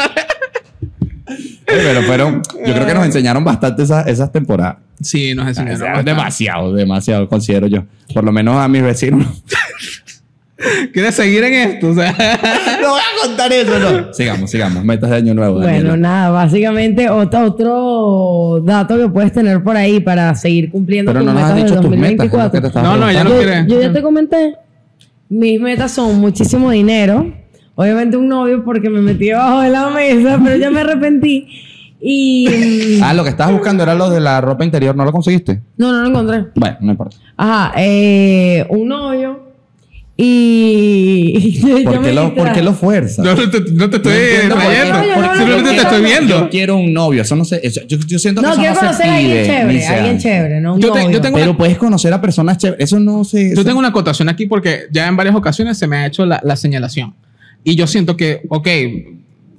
Speaker 6: Pero fueron, yo creo que nos enseñaron bastante esas, esas temporadas.
Speaker 5: Sí, nos enseñaron.
Speaker 6: O sea,
Speaker 5: bastante.
Speaker 6: demasiado, demasiado, considero yo. Por lo menos a mis vecinos.
Speaker 5: ¿Quieres seguir en esto? O sea,
Speaker 6: no voy a contar eso, no. Sigamos, sigamos. Metas de año nuevo.
Speaker 4: Bueno,
Speaker 6: Daniela.
Speaker 4: nada, básicamente otro, otro dato que puedes tener por ahí para seguir cumpliendo
Speaker 6: Pero
Speaker 4: tus
Speaker 6: no nos has
Speaker 4: metas del
Speaker 6: dicho tus metas.
Speaker 4: 2024.
Speaker 6: es lo que te estaba
Speaker 5: No, no, ya
Speaker 6: preguntando.
Speaker 5: lo-
Speaker 4: yo,
Speaker 5: quiere.
Speaker 4: yo ya te comenté. Mis metas son muchísimo dinero. Obviamente un novio porque me metí abajo de la mesa, pero ya me arrepentí. Y mm,
Speaker 6: Ah, lo que estabas buscando era lo de la ropa interior. ¿No lo conseguiste?
Speaker 4: no, no lo encontré.
Speaker 6: Bueno, no importa.
Speaker 4: Ajá, eh, un novio. Y yo
Speaker 6: ¿Por
Speaker 4: me
Speaker 6: qué lo,
Speaker 4: distraje.
Speaker 6: ¿por qué lo fuerzas?
Speaker 5: yo no te, no te estoy
Speaker 6: entiendo por qué,
Speaker 5: trayendo,
Speaker 4: no, yo no lo
Speaker 5: simplemente te
Speaker 4: entiendo.
Speaker 5: estoy
Speaker 6: Yo
Speaker 5: viendo.
Speaker 6: quiero un novio. Eso no sé. eso- yo, yo siento que
Speaker 4: No,
Speaker 6: eso
Speaker 4: quiero
Speaker 6: no
Speaker 4: conocer
Speaker 6: se
Speaker 4: a alguien
Speaker 6: pide, ni
Speaker 4: chévere,
Speaker 6: se
Speaker 4: alguien
Speaker 6: hace.
Speaker 4: chévere, no un
Speaker 5: Yo te- yo
Speaker 4: novio.
Speaker 5: tengo-
Speaker 6: Pero puedes conocer a personas chéveres. Eso no se.
Speaker 5: Yo
Speaker 6: eso-
Speaker 5: tengo una acotación aquí porque ya en varias ocasiones se me ha hecho la, la señalación. Y yo siento que, ok,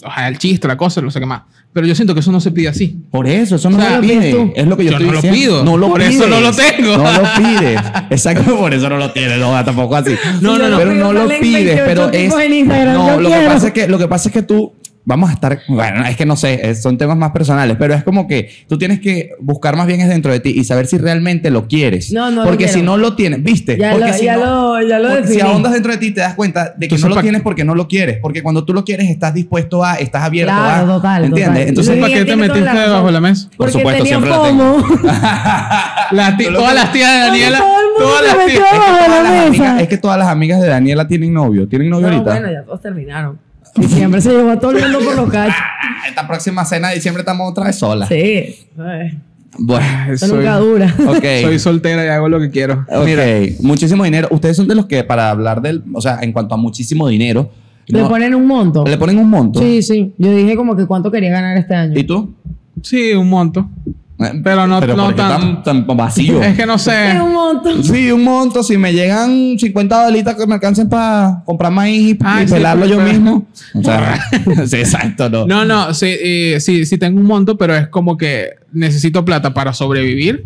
Speaker 5: ojalá el chiste, la cosa, no sé qué más. Pero yo siento que eso no se pide así.
Speaker 6: Por eso, eso no
Speaker 5: O sea,
Speaker 6: se pide.
Speaker 5: pides tú.
Speaker 6: Es lo que yo,
Speaker 5: Yo
Speaker 6: estoy
Speaker 5: no lo
Speaker 6: diciendo.
Speaker 5: pido. Por eso no lo tengo.
Speaker 6: No lo pides. Exacto, por eso no lo tienes. No, tampoco así.
Speaker 5: No, no, no.
Speaker 6: Pero
Speaker 4: Pero
Speaker 6: no lo
Speaker 4: salen
Speaker 6: pides,
Speaker 4: 28
Speaker 6: pero es.
Speaker 4: tipos en Instagram,
Speaker 6: No,
Speaker 4: yo
Speaker 6: lo que,
Speaker 4: quiero.
Speaker 6: pasa es que, lo que pasa es que tú. Vamos a estar. Bueno, es que no sé, es- son temas más personales, pero es como que tú tienes que buscar más bien es dentro de ti y saber si realmente lo quieres.
Speaker 4: No, no lo
Speaker 6: Porque
Speaker 4: quiero.
Speaker 6: si no lo tienes, ¿viste?
Speaker 4: Ya
Speaker 6: porque
Speaker 4: lo-
Speaker 6: si
Speaker 4: ya lo- ya lo
Speaker 6: porque Si
Speaker 4: definí.
Speaker 6: ahondas dentro de ti, te das cuenta de que
Speaker 5: Entonces,
Speaker 6: no lo
Speaker 5: ¿pa' qué?
Speaker 6: tienes porque no lo quieres. Porque cuando tú lo quieres, estás dispuesto a, estás abierto
Speaker 4: Claro,
Speaker 6: a.
Speaker 4: total,
Speaker 6: ¿Entiendes?
Speaker 4: total.
Speaker 6: Entonces,
Speaker 4: Luis,
Speaker 5: ¿para qué te
Speaker 4: tiene toda
Speaker 5: metiste
Speaker 4: razón.
Speaker 5: debajo de la mesa?
Speaker 6: Por
Speaker 4: Porque
Speaker 6: supuesto,
Speaker 4: tenía
Speaker 6: siempre la tengo.
Speaker 4: FOMO.
Speaker 5: Las ti- todas las tías de Daniela,
Speaker 4: Todo el mundo
Speaker 5: Todas las
Speaker 4: metió
Speaker 5: tías.
Speaker 4: abajo de
Speaker 6: Todas las
Speaker 4: la
Speaker 6: amigas-
Speaker 4: mesa.
Speaker 6: es que todas las amigas de Daniela tienen novio. ¿Tienen novio
Speaker 4: No,
Speaker 6: Ah, ahorita?
Speaker 4: bueno, ya todos terminaron. Diciembre se llevó a todo el mundo por los cachos.
Speaker 6: Ah, Esta próxima cena de diciembre estamos otra vez solas.
Speaker 4: Sí. Ay,
Speaker 6: Bueno,
Speaker 5: Ay,
Speaker 4: Eso
Speaker 5: soy-
Speaker 4: nunca dura.
Speaker 6: ok.
Speaker 5: Soy soltera y hago lo que quiero.
Speaker 6: Ok, muchísimo dinero. Ustedes son de los que, para hablar del, o sea, en cuanto a muchísimo dinero,
Speaker 4: Le
Speaker 6: no-
Speaker 4: ponen un monto.
Speaker 6: le ponen un monto.
Speaker 4: Sí, sí. Yo dije como que cuánto quería ganar este año.
Speaker 6: ¿Y tú?
Speaker 5: Sí, un monto.
Speaker 6: Eh,
Speaker 5: Pero no- no
Speaker 6: ¿por qué
Speaker 5: tan-
Speaker 6: tan vacío.
Speaker 5: Es que no sé.
Speaker 6: Eh.
Speaker 4: Es un monto.
Speaker 6: Sí, un monto. Si me llegan 50 dolitas que me alcancen para comprar maíz y,
Speaker 5: Ay,
Speaker 6: y
Speaker 5: sí,
Speaker 6: pelarlo yo
Speaker 5: pero-
Speaker 6: mismo. O sea, sí, exacto, no.
Speaker 5: No, no, sí, eh, sí, sí tengo un monto, pero es como que necesito plata para sobrevivir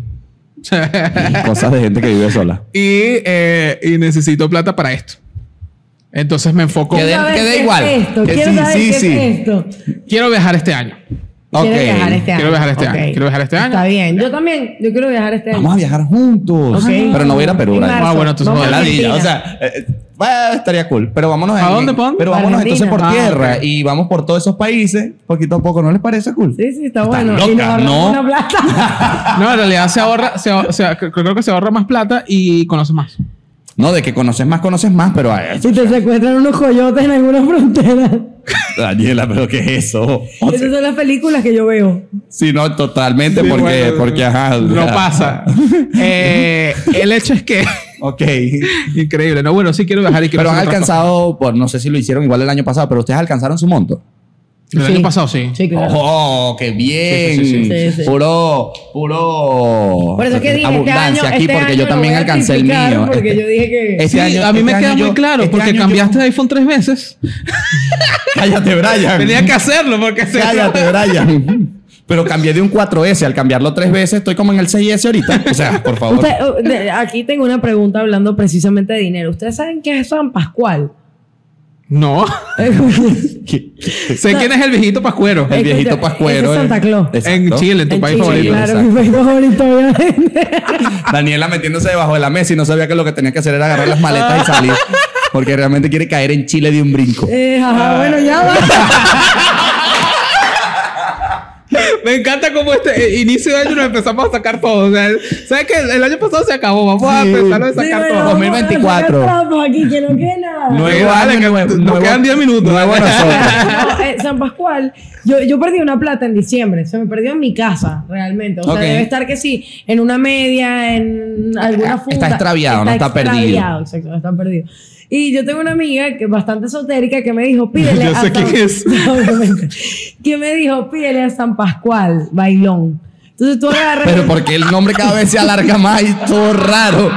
Speaker 6: Cosas de gente que vive sola.
Speaker 5: y, eh, y necesito plata para esto. Entonces me enfoco.
Speaker 6: Que de-
Speaker 4: Quiero
Speaker 6: que
Speaker 4: ver
Speaker 6: da
Speaker 4: qué es
Speaker 6: igual.
Speaker 4: esto,
Speaker 6: Que
Speaker 4: Quiero
Speaker 6: sí,
Speaker 4: saber
Speaker 6: sí,
Speaker 4: qué
Speaker 6: sí.
Speaker 4: es esto.
Speaker 5: Quiero viajar este año.
Speaker 6: Ok.
Speaker 4: Quiero viajar este año.
Speaker 5: Quiero viajar este
Speaker 4: Ok.
Speaker 5: año, quiero viajar este año.
Speaker 4: Está bien. Yo también. Yo quiero viajar este
Speaker 6: Vamos
Speaker 4: año.
Speaker 6: a viajar juntos.
Speaker 4: Ok.
Speaker 6: Pero no voy a ir a Perú.
Speaker 4: En
Speaker 6: Brian.
Speaker 4: marzo.
Speaker 5: Ah, bueno, entonces
Speaker 4: Vamos
Speaker 5: voy a
Speaker 4: a
Speaker 6: la
Speaker 4: Argentina.
Speaker 6: ladilla, o sea, eh, eh, bueno, estaría cool. Pero vámonos
Speaker 5: ¿A
Speaker 6: en-
Speaker 5: dónde, pa' dónde?
Speaker 6: Pero vámonos
Speaker 4: Argentina.
Speaker 6: entonces por
Speaker 5: Ah,
Speaker 6: tierra
Speaker 5: ok.
Speaker 6: y vamos por todos esos países, poquito a poco. ¿No les parece cool?
Speaker 4: Sí, sí, está
Speaker 6: Estás
Speaker 4: bueno. y
Speaker 6: loca,
Speaker 4: nos ahorramos
Speaker 6: ¿no?
Speaker 4: una plata.
Speaker 5: No, en realidad se ahorra, se, ahor- se- creo creo que se ahorra más plata y conoces más.
Speaker 6: No, de que conoces más, conoces más, pero ah, ay,
Speaker 4: si te secuestran unos coyotes en alguna frontera.
Speaker 6: Daniela, pero ¿qué es eso? O sea,
Speaker 4: Esas son las películas que yo veo.
Speaker 6: sí, no, totalmente,
Speaker 5: Sí,
Speaker 6: porque,
Speaker 5: bueno,
Speaker 6: porque ajá. o
Speaker 5: No
Speaker 6: sea,
Speaker 5: pasa. Eh, el hecho es que.
Speaker 6: Ok.
Speaker 5: Increíble. No, bueno, sí quiero viajar y quiero
Speaker 6: Pero han
Speaker 5: hacer otras
Speaker 6: alcanzado, por, no sé si lo hicieron igual el año pasado, pero ustedes alcanzaron su monto.
Speaker 5: cosas. El
Speaker 4: Sí.
Speaker 5: año pasado sí.
Speaker 4: Sí, claro.
Speaker 6: ¡Oh, qué bien!
Speaker 5: Sí, sí, sí,
Speaker 4: sí. Sí, sí.
Speaker 6: Puro, puro.
Speaker 4: Por eso que dije, este año,
Speaker 6: abundancia aquí,
Speaker 4: este
Speaker 6: porque
Speaker 4: año
Speaker 6: yo
Speaker 4: lo
Speaker 6: también
Speaker 4: voy a
Speaker 6: alcancé el
Speaker 4: triplicar,
Speaker 6: mío.
Speaker 4: Porque
Speaker 6: Este-
Speaker 4: yo dije que...
Speaker 6: Este
Speaker 5: Sí,
Speaker 6: año-
Speaker 5: a mí me
Speaker 6: este
Speaker 5: queda
Speaker 6: año
Speaker 5: muy
Speaker 6: yo-
Speaker 5: claro,
Speaker 6: este
Speaker 5: porque
Speaker 6: año
Speaker 5: cambiaste
Speaker 6: yo-
Speaker 5: de iPhone tres veces.
Speaker 6: Cállate, Brian.
Speaker 5: Tenía que hacerlo porque se.
Speaker 6: Cállate, Brian. Pero cambié de un 4S. Al cambiarlo tres veces, estoy como en el 6S ahorita. O sea, por favor.
Speaker 4: Usted- oh, de- aquí tengo una pregunta hablando precisamente de dinero. ¿Ustedes saben qué es San Pascual?
Speaker 5: No.
Speaker 6: ¿Qué?
Speaker 5: Sé quién es el viejito pascuero.
Speaker 6: El viejito
Speaker 4: Escucha,
Speaker 6: pascuero. eh.
Speaker 4: ese es Santa Claus.
Speaker 5: En Chile, en tu
Speaker 4: En
Speaker 5: país
Speaker 4: Chile,
Speaker 5: favorito.
Speaker 4: Claro,
Speaker 6: Exacto.
Speaker 4: mi país favorito, obviamente.
Speaker 6: Daniela metiéndose debajo de la mesa y no sabía que lo que tenía que hacer era agarrar las maletas y salir. Porque realmente quiere caer en Chile de un brinco.
Speaker 4: Eh,
Speaker 5: Ah,
Speaker 4: ajá, bueno, ya va.
Speaker 5: Me encanta cómo este eh, inicio de año nos empezamos a sacar todo. O sea, ¿Sabes qué? El año pasado se acabó. Vamos a
Speaker 6: Sí.
Speaker 5: empezar a
Speaker 4: Sí,
Speaker 5: sacar
Speaker 4: bueno,
Speaker 5: todo.
Speaker 4: vamos a
Speaker 6: 2024.
Speaker 4: sacar trapos aquí, que no quede nada.
Speaker 6: No Nuevo
Speaker 5: Dale,
Speaker 6: año,
Speaker 5: que
Speaker 6: nuevo-
Speaker 5: nos
Speaker 6: nuevo-
Speaker 5: quedan 10 minutos.
Speaker 6: nuevo nosotros.
Speaker 4: No, eh, San Pascual, yo, yo perdí una plata en diciembre, se me perdió en mi casa, realmente. O sea,
Speaker 6: Ok.
Speaker 4: debe estar que sí, en una media, en alguna funda.
Speaker 6: Ah, Está extraviado, no está perdido.
Speaker 4: extraviado, Exacto, no está perdido. Y yo tengo una amiga que es bastante esotérica que me dijo, pídele
Speaker 5: Yo
Speaker 4: a
Speaker 5: sé quién
Speaker 4: San-
Speaker 5: es.
Speaker 4: No, obviamente. que me dijo, pídele a San Pascual, bailón. Entonces tú agarras...
Speaker 6: Pero porque el nombre cada vez se alarga más y todo raro.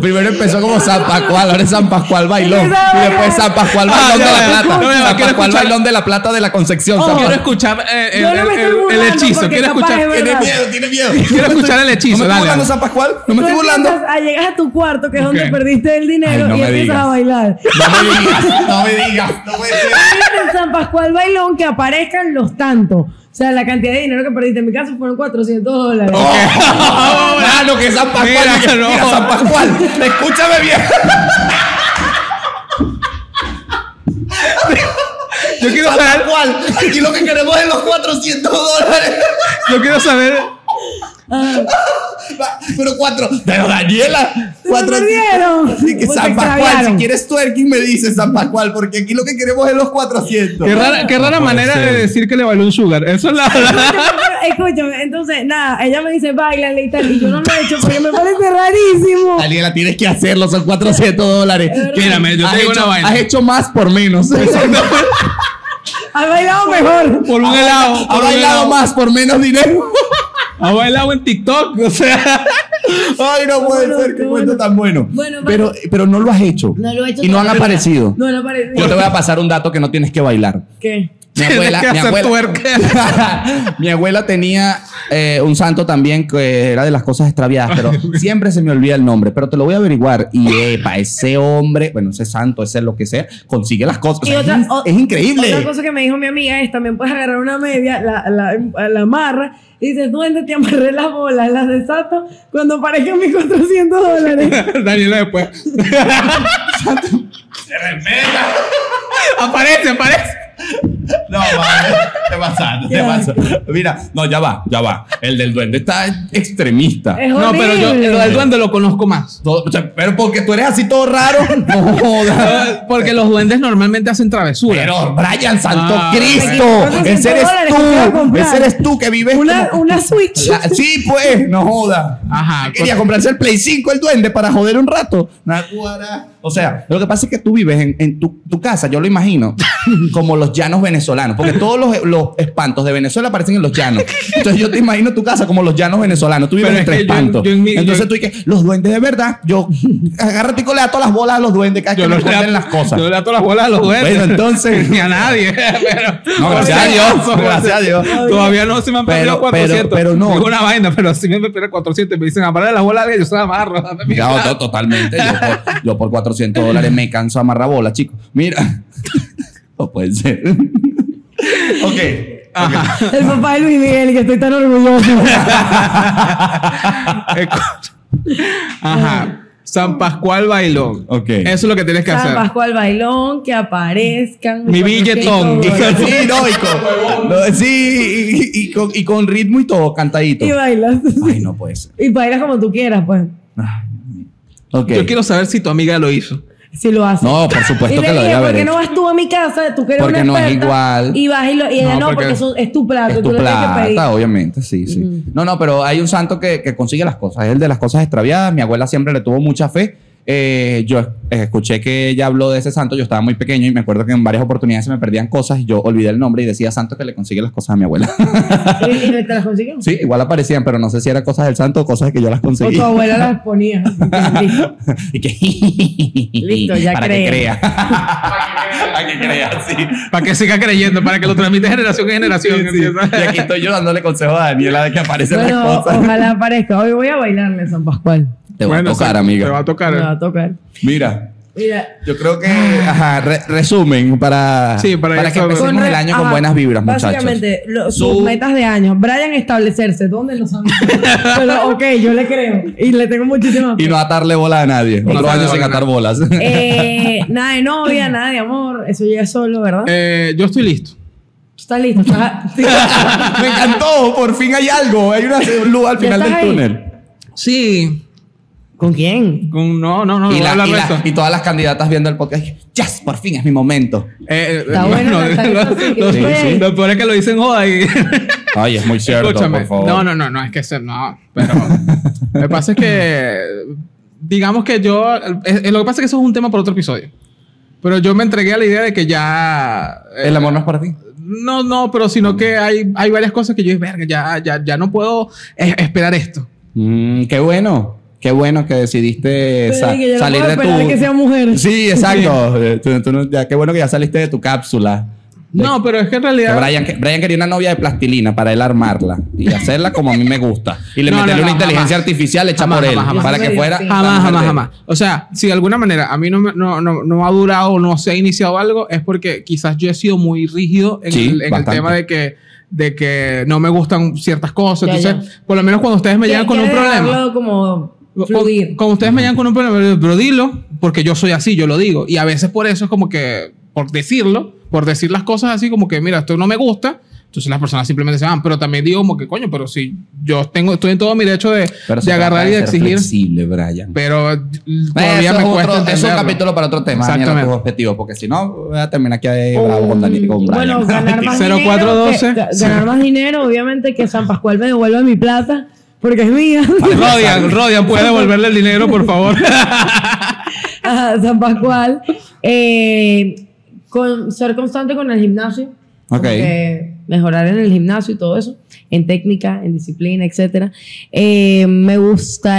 Speaker 6: Primero empezó como San Pascual, ahora es San Pascual Bailón. Y después San Pascual
Speaker 5: Ah,
Speaker 6: Bailón
Speaker 5: ya
Speaker 6: de
Speaker 5: va,
Speaker 6: la
Speaker 5: no, ya
Speaker 6: Plata.
Speaker 5: va,
Speaker 6: San
Speaker 5: quiero
Speaker 6: Pascual
Speaker 5: escuchar-
Speaker 6: Bailón de la Plata de la Concepción. San
Speaker 5: Quiero
Speaker 6: Pascuar-
Speaker 5: escuchar eh, el,
Speaker 4: Yo no me
Speaker 5: el-
Speaker 4: estoy
Speaker 5: el
Speaker 4: burlando
Speaker 5: hechizo.
Speaker 4: porque
Speaker 5: Quiero
Speaker 4: capaz
Speaker 5: escuchar,
Speaker 4: es
Speaker 6: Tiene
Speaker 4: verdad.
Speaker 6: miedo, tiene miedo.
Speaker 5: quiero escuchar el hechizo.
Speaker 6: No me estoy
Speaker 5: dale.
Speaker 6: burlando San Pascual, no me estoy
Speaker 4: Tú
Speaker 6: burlando.
Speaker 4: empiezas a- llegas a tu cuarto, que es donde
Speaker 5: Ok.
Speaker 4: perdiste el dinero,
Speaker 6: Ay, no
Speaker 4: y
Speaker 6: me
Speaker 4: empiezas
Speaker 6: digas.
Speaker 4: a bailar.
Speaker 6: No me digas, no me digas, no me digas.
Speaker 4: en San Pascual Bailón que aparezcan los tantos. O sea, la cantidad de dinero que perdiste. En mi caso fueron 400 dólares.
Speaker 6: Oh. Ah, no, que es San Pascual.
Speaker 5: Mira,
Speaker 6: Mira,
Speaker 5: no.
Speaker 6: mira, San Pascual, escúchame bien.
Speaker 5: Yo quiero
Speaker 6: San
Speaker 5: saber.
Speaker 6: Pascual, aquí lo que queremos es los 400 dólares.
Speaker 5: Yo quiero saber.
Speaker 6: Pero cuatro. Pero Daniela,
Speaker 4: Se
Speaker 6: cuatro.
Speaker 4: me perdieron.
Speaker 6: Sí, que
Speaker 4: Pues se
Speaker 6: San Pascual, si
Speaker 4: extraviaron.
Speaker 6: quieres twerking, me dices San Pascual, porque aquí lo que queremos es los 400.
Speaker 5: Qué rara, qué rara
Speaker 6: No puede
Speaker 5: manera
Speaker 6: ser.
Speaker 5: de decir que le bailó un sugar. Eso es la.
Speaker 4: Escúchame, entonces, nada, ella me dice bailale y tal, y yo no lo he hecho porque me parece rarísimo.
Speaker 6: Daniela, tienes que hacerlo, son 400 dólares.
Speaker 5: Mírame, yo te digo
Speaker 6: hecho,
Speaker 5: una vaina.
Speaker 6: has hecho más por menos.
Speaker 4: Ha bailado mejor.
Speaker 5: Por un helado.
Speaker 6: has
Speaker 5: por un helado.
Speaker 6: bailado más por menos dinero.
Speaker 5: Ha bailado en TikTok. O sea.
Speaker 6: Ay, no puede
Speaker 4: Bueno,
Speaker 6: ser, qué
Speaker 4: bueno.
Speaker 6: cuento tan bueno.
Speaker 4: Bueno,
Speaker 6: pero, pero no lo has hecho.
Speaker 4: No lo he hecho
Speaker 6: Y no han
Speaker 4: todavía.
Speaker 6: aparecido.
Speaker 4: No, no aparece.
Speaker 6: Yo te voy a pasar un dato que no tienes que bailar.
Speaker 4: ¿Qué?
Speaker 6: Mi
Speaker 5: Tienes
Speaker 6: abuela,
Speaker 5: que
Speaker 6: mi,
Speaker 5: hacer
Speaker 6: abuela, mi abuela tenía eh, un santo también que era de las cosas extraviadas, pero siempre se me olvida el nombre, pero te lo voy a averiguar. Y epa, ese hombre, bueno, ese santo, ese lo que sea, consigue las cosas. O
Speaker 4: Y
Speaker 6: sea,
Speaker 4: otra-
Speaker 6: es, in-
Speaker 4: o-
Speaker 6: es increíble.
Speaker 4: Otra cosa que me dijo mi amiga es, también puedes agarrar una media, la, la, la amarra, y dices, duende, te amarré las bolas, las desato cuando aparezcan mis 400 dólares.
Speaker 5: Daniela después. Se respeta. Aparece, aparece.
Speaker 6: No, madre, te pasa, te pasa. Mira, no, ya va, ya va. El del duende está extremista.
Speaker 4: Es
Speaker 5: No, pero yo
Speaker 4: horrible.
Speaker 5: lo del duende lo conozco más.
Speaker 6: Todo- o sea, pero porque tú eres así todo raro. No jodas.
Speaker 5: Porque los duendes normalmente hacen travesuras.
Speaker 6: Pero Brian Santo
Speaker 5: Ah,
Speaker 6: Cristo,
Speaker 4: bueno.
Speaker 6: ese eres
Speaker 4: 200 dólares que te va a
Speaker 6: tú,
Speaker 4: comprar.
Speaker 6: ese eres tú que vives
Speaker 4: Una,
Speaker 6: como-
Speaker 4: una Switch.
Speaker 6: La- sí, pues, no joda.
Speaker 5: Ajá, pues.
Speaker 6: Quería
Speaker 5: cosa-
Speaker 6: comprarse el Play 5 el duende para joder un rato. Naguará. O sea, lo que pasa es que tú vives en, en tu, tu casa, yo lo imagino, como los llanos venezolanos, porque todos los, los espantos de Venezuela aparecen en los llanos. Entonces yo te imagino tu casa como los llanos venezolanos, tú vives
Speaker 5: Pero es
Speaker 6: entre
Speaker 5: que yo-
Speaker 6: espantos.
Speaker 5: yo en mi-
Speaker 6: Entonces
Speaker 5: yo-
Speaker 6: tú dices, los duendes de verdad, yo agárrate y colea todas las bolas a los duendes cada vez que
Speaker 5: Yo
Speaker 6: me
Speaker 5: no le
Speaker 6: esconden
Speaker 5: ato-
Speaker 6: las cosas.
Speaker 5: Yo le ato las bolas a los duendes.
Speaker 6: Bueno, entonces-
Speaker 5: Ni a nadie. pero-
Speaker 6: No, gracias a Dios, gracias a Dios.
Speaker 5: Todavía no se me han perdido
Speaker 6: Pero-
Speaker 5: 400.
Speaker 6: pero- pero no.
Speaker 5: Digo una vaina, pero si me han perdido 400 y me dicen amarrar las bolas a alguien, yo se las amarro. dame mi
Speaker 6: Ya,
Speaker 5: plata.
Speaker 6: to- totalmente. Yo por, yo por 400 dólares me canso a amarrabola, chicos. Mira. No puede ser. ok.
Speaker 5: Ajá.
Speaker 4: El papá de Luis Miguel, que estoy tan orgulloso.
Speaker 5: Ajá. San Pascual Bailón.
Speaker 6: Ok.
Speaker 5: Eso es lo que tienes que
Speaker 4: San
Speaker 5: hacer.
Speaker 4: Pascual Bailón, que aparezcan.
Speaker 5: Mi
Speaker 4: 400
Speaker 5: billetón.
Speaker 4: dólares.
Speaker 6: Sí, no, y con, no, sí, y, y- y con, y con ritmo y todo, cantadito.
Speaker 4: Y bailas.
Speaker 6: Ay, no puede ser.
Speaker 4: Y bailas como tú quieras, pues.
Speaker 6: Ay, Dios mío. Ok.
Speaker 5: Yo quiero saber si tu amiga lo hizo.
Speaker 4: Si lo haces.
Speaker 6: No, pues, por supuesto
Speaker 4: y le
Speaker 6: que lo
Speaker 4: dije,
Speaker 6: debe
Speaker 4: ¿por
Speaker 6: haber
Speaker 4: qué no
Speaker 6: hecho.
Speaker 4: vas tú a mi casa? Tú que eres
Speaker 6: Porque
Speaker 4: una
Speaker 6: no es
Speaker 4: experta,
Speaker 6: igual.
Speaker 4: Y vas y, lo, y ella
Speaker 5: No,
Speaker 4: no, porque,
Speaker 5: porque
Speaker 4: eso es tu plato.
Speaker 6: Es tu
Speaker 4: Ah, tú lo tienes que pedir.
Speaker 6: plata, obviamente, sí, sí. No, no, pero hay un santo que, que consigue las cosas. Es el de las cosas extraviadas. Mi abuela siempre le tuvo mucha fe. Eh, yo es- escuché que ella habló de ese santo. Yo estaba muy pequeño y me acuerdo que en varias oportunidades se me perdían cosas. y Yo olvidé el nombre y decía santo que le consigue las cosas a mi abuela.
Speaker 4: ¿Y, y te las consiguió?
Speaker 6: sí, igual aparecían, pero no sé si eran cosas del santo o cosas que yo las
Speaker 4: O
Speaker 6: conseguí.
Speaker 4: tu abuela las ponía.
Speaker 6: y que.
Speaker 4: Listo, ya
Speaker 6: Para que
Speaker 4: cree.
Speaker 6: crea. Para que crea, sí.
Speaker 5: Para que siga creyendo, para que lo transmite generación en generación.
Speaker 6: Sí, sí. Y aquí estoy yo dándole consejo a Daniela de que aparecen
Speaker 4: bueno,
Speaker 6: las cosas.
Speaker 4: ojalá aparezca. Hoy voy a bailarle San Pascual.
Speaker 6: Te va a tocar,
Speaker 5: Te va
Speaker 6: amiga.
Speaker 5: a tocar.
Speaker 4: Me va a tocar.
Speaker 6: Mira.
Speaker 4: Mira.
Speaker 6: Yo creo que,
Speaker 4: Ah.
Speaker 6: ajá, re- resumen para,
Speaker 5: Sí, para ir
Speaker 6: que
Speaker 5: sobre-
Speaker 6: empecemos
Speaker 4: re-
Speaker 6: el año con
Speaker 4: ajá,
Speaker 6: buenas vibras, muchachos.
Speaker 4: Básicamente, lo-
Speaker 6: Su-
Speaker 4: sus metas de año. Brian establecerse. ¿Dónde lo saben? Pero, ok, yo le creo. Y le tengo muchísima
Speaker 6: Y no atarle bola a nadie. Otro
Speaker 5: atarle
Speaker 6: año sin
Speaker 5: bola a
Speaker 6: atar
Speaker 5: nadie.
Speaker 6: bolas.
Speaker 4: Eh, nada de novia, nada de amor. Eso llega solo, ¿verdad?
Speaker 5: Eh, yo estoy listo.
Speaker 4: Tú estás listo. Estás, sí.
Speaker 6: Me encantó, por fin hay algo. Hay una luz al
Speaker 4: ¿Ya
Speaker 6: final del
Speaker 4: estás ahí?
Speaker 6: túnel.
Speaker 5: Sí.
Speaker 4: ¿Con quién?
Speaker 5: Con- No, no, no.
Speaker 6: Y, la-
Speaker 5: no voy a hablar
Speaker 6: y
Speaker 5: de
Speaker 6: la-
Speaker 5: eso.
Speaker 6: y todas las candidatas viendo el podcast. Yes, por fin es mi momento.
Speaker 5: Eh, eh,
Speaker 4: Está
Speaker 5: no,
Speaker 4: bueno,
Speaker 5: no,
Speaker 4: está
Speaker 5: lo-
Speaker 4: listo, sí, que
Speaker 5: lo-
Speaker 4: sí, sí.
Speaker 5: Lo peor es que lo dicen joda y.
Speaker 6: Ay, es muy cierto,
Speaker 5: Escúchame.
Speaker 6: por favor.
Speaker 5: No, no, no, no, es que se- no. Pero lo que pasa es que. Digamos que yo. es- es- lo que pasa es que eso es un tema para otro episodio. Pero yo me entregué a la idea de que ya. eh,
Speaker 6: El amor no es para ti.
Speaker 5: No, no, pero sino que hay, hay varias cosas que yo digo, verga, ya, ya, ya no puedo eh, esperar esto.
Speaker 6: Mm, qué bueno. Qué bueno que decidiste
Speaker 4: Pero
Speaker 6: sa-
Speaker 4: es que yo no
Speaker 6: salir
Speaker 4: puedo
Speaker 6: de
Speaker 4: esperar
Speaker 6: tu...
Speaker 4: que sea mujer.
Speaker 6: Sí, exacto. Eh, tú- tú no- ya, qué bueno que ya saliste de tu cápsula.
Speaker 5: No, pero es que en
Speaker 6: Que
Speaker 5: realidad.
Speaker 6: Brian, que- Brian quería una novia de plastilina para él armarla y hacerla como a mí me gusta. Y le
Speaker 5: No,
Speaker 6: meterle
Speaker 5: no,
Speaker 6: una
Speaker 5: no,
Speaker 6: inteligencia
Speaker 5: jamás.
Speaker 6: artificial hecha
Speaker 5: Jamás,
Speaker 6: por él
Speaker 5: jamás, jamás.
Speaker 6: para
Speaker 4: Eso
Speaker 6: que
Speaker 4: sería
Speaker 6: fuera.
Speaker 4: así.
Speaker 6: la
Speaker 5: Jamás,
Speaker 6: mujer
Speaker 5: jamás,
Speaker 6: de él.
Speaker 5: jamás. O sea, si de alguna manera a mí no, me- no, no, no ha durado, no se ha iniciado algo, es porque quizás yo he sido muy rígido en,
Speaker 6: Sí,
Speaker 5: el, en el
Speaker 6: bastante.
Speaker 5: tema de que, de que no me gustan ciertas cosas.
Speaker 4: Ya,
Speaker 5: Entonces, por lo menos cuando ustedes me llegan con un
Speaker 4: ¿Quieres
Speaker 5: problema.
Speaker 4: dejarlo como
Speaker 5: cu-
Speaker 4: fluir.
Speaker 5: Cuando ustedes me llegan con un problema, yo digo, pero dilo, porque yo soy así, yo lo digo. Y a veces por eso es como que, por decirlo, por decir las cosas así, como que, mira, esto no me gusta. Entonces las personas simplemente se van, pero también digo como que, coño, pero si yo tengo, estoy en todo mi derecho de,
Speaker 6: Pero se trata
Speaker 5: de agarrar y
Speaker 6: de
Speaker 5: de
Speaker 6: ser
Speaker 5: exigir.
Speaker 6: Flexible, Brian.
Speaker 5: Pero eh, todavía
Speaker 6: Pues, Eso
Speaker 5: me
Speaker 6: es,
Speaker 5: cuesta
Speaker 6: otro, es un
Speaker 5: entenderlo.
Speaker 6: capítulo para otro tema,
Speaker 5: Exactamente.
Speaker 6: Daniela, tus objetivos, porque si no, voy a terminar aquí eh, bravo con, Dani, con Brian.
Speaker 4: Mm, Bueno, ganar más dinero.
Speaker 5: 0412.
Speaker 4: que- ga- ganar más dinero, obviamente, que San Pascual me devuelva mi plata, porque es mía.
Speaker 5: Rodian, Rodian, ¿puede devolverle el dinero, por favor?
Speaker 4: Ajá, San Pascual. Eh, con, ser constante con el gimnasio. Como
Speaker 6: Ok.
Speaker 4: que Mejorar en el gimnasio y todo eso. En técnica, en disciplina, etcétera. Eh, me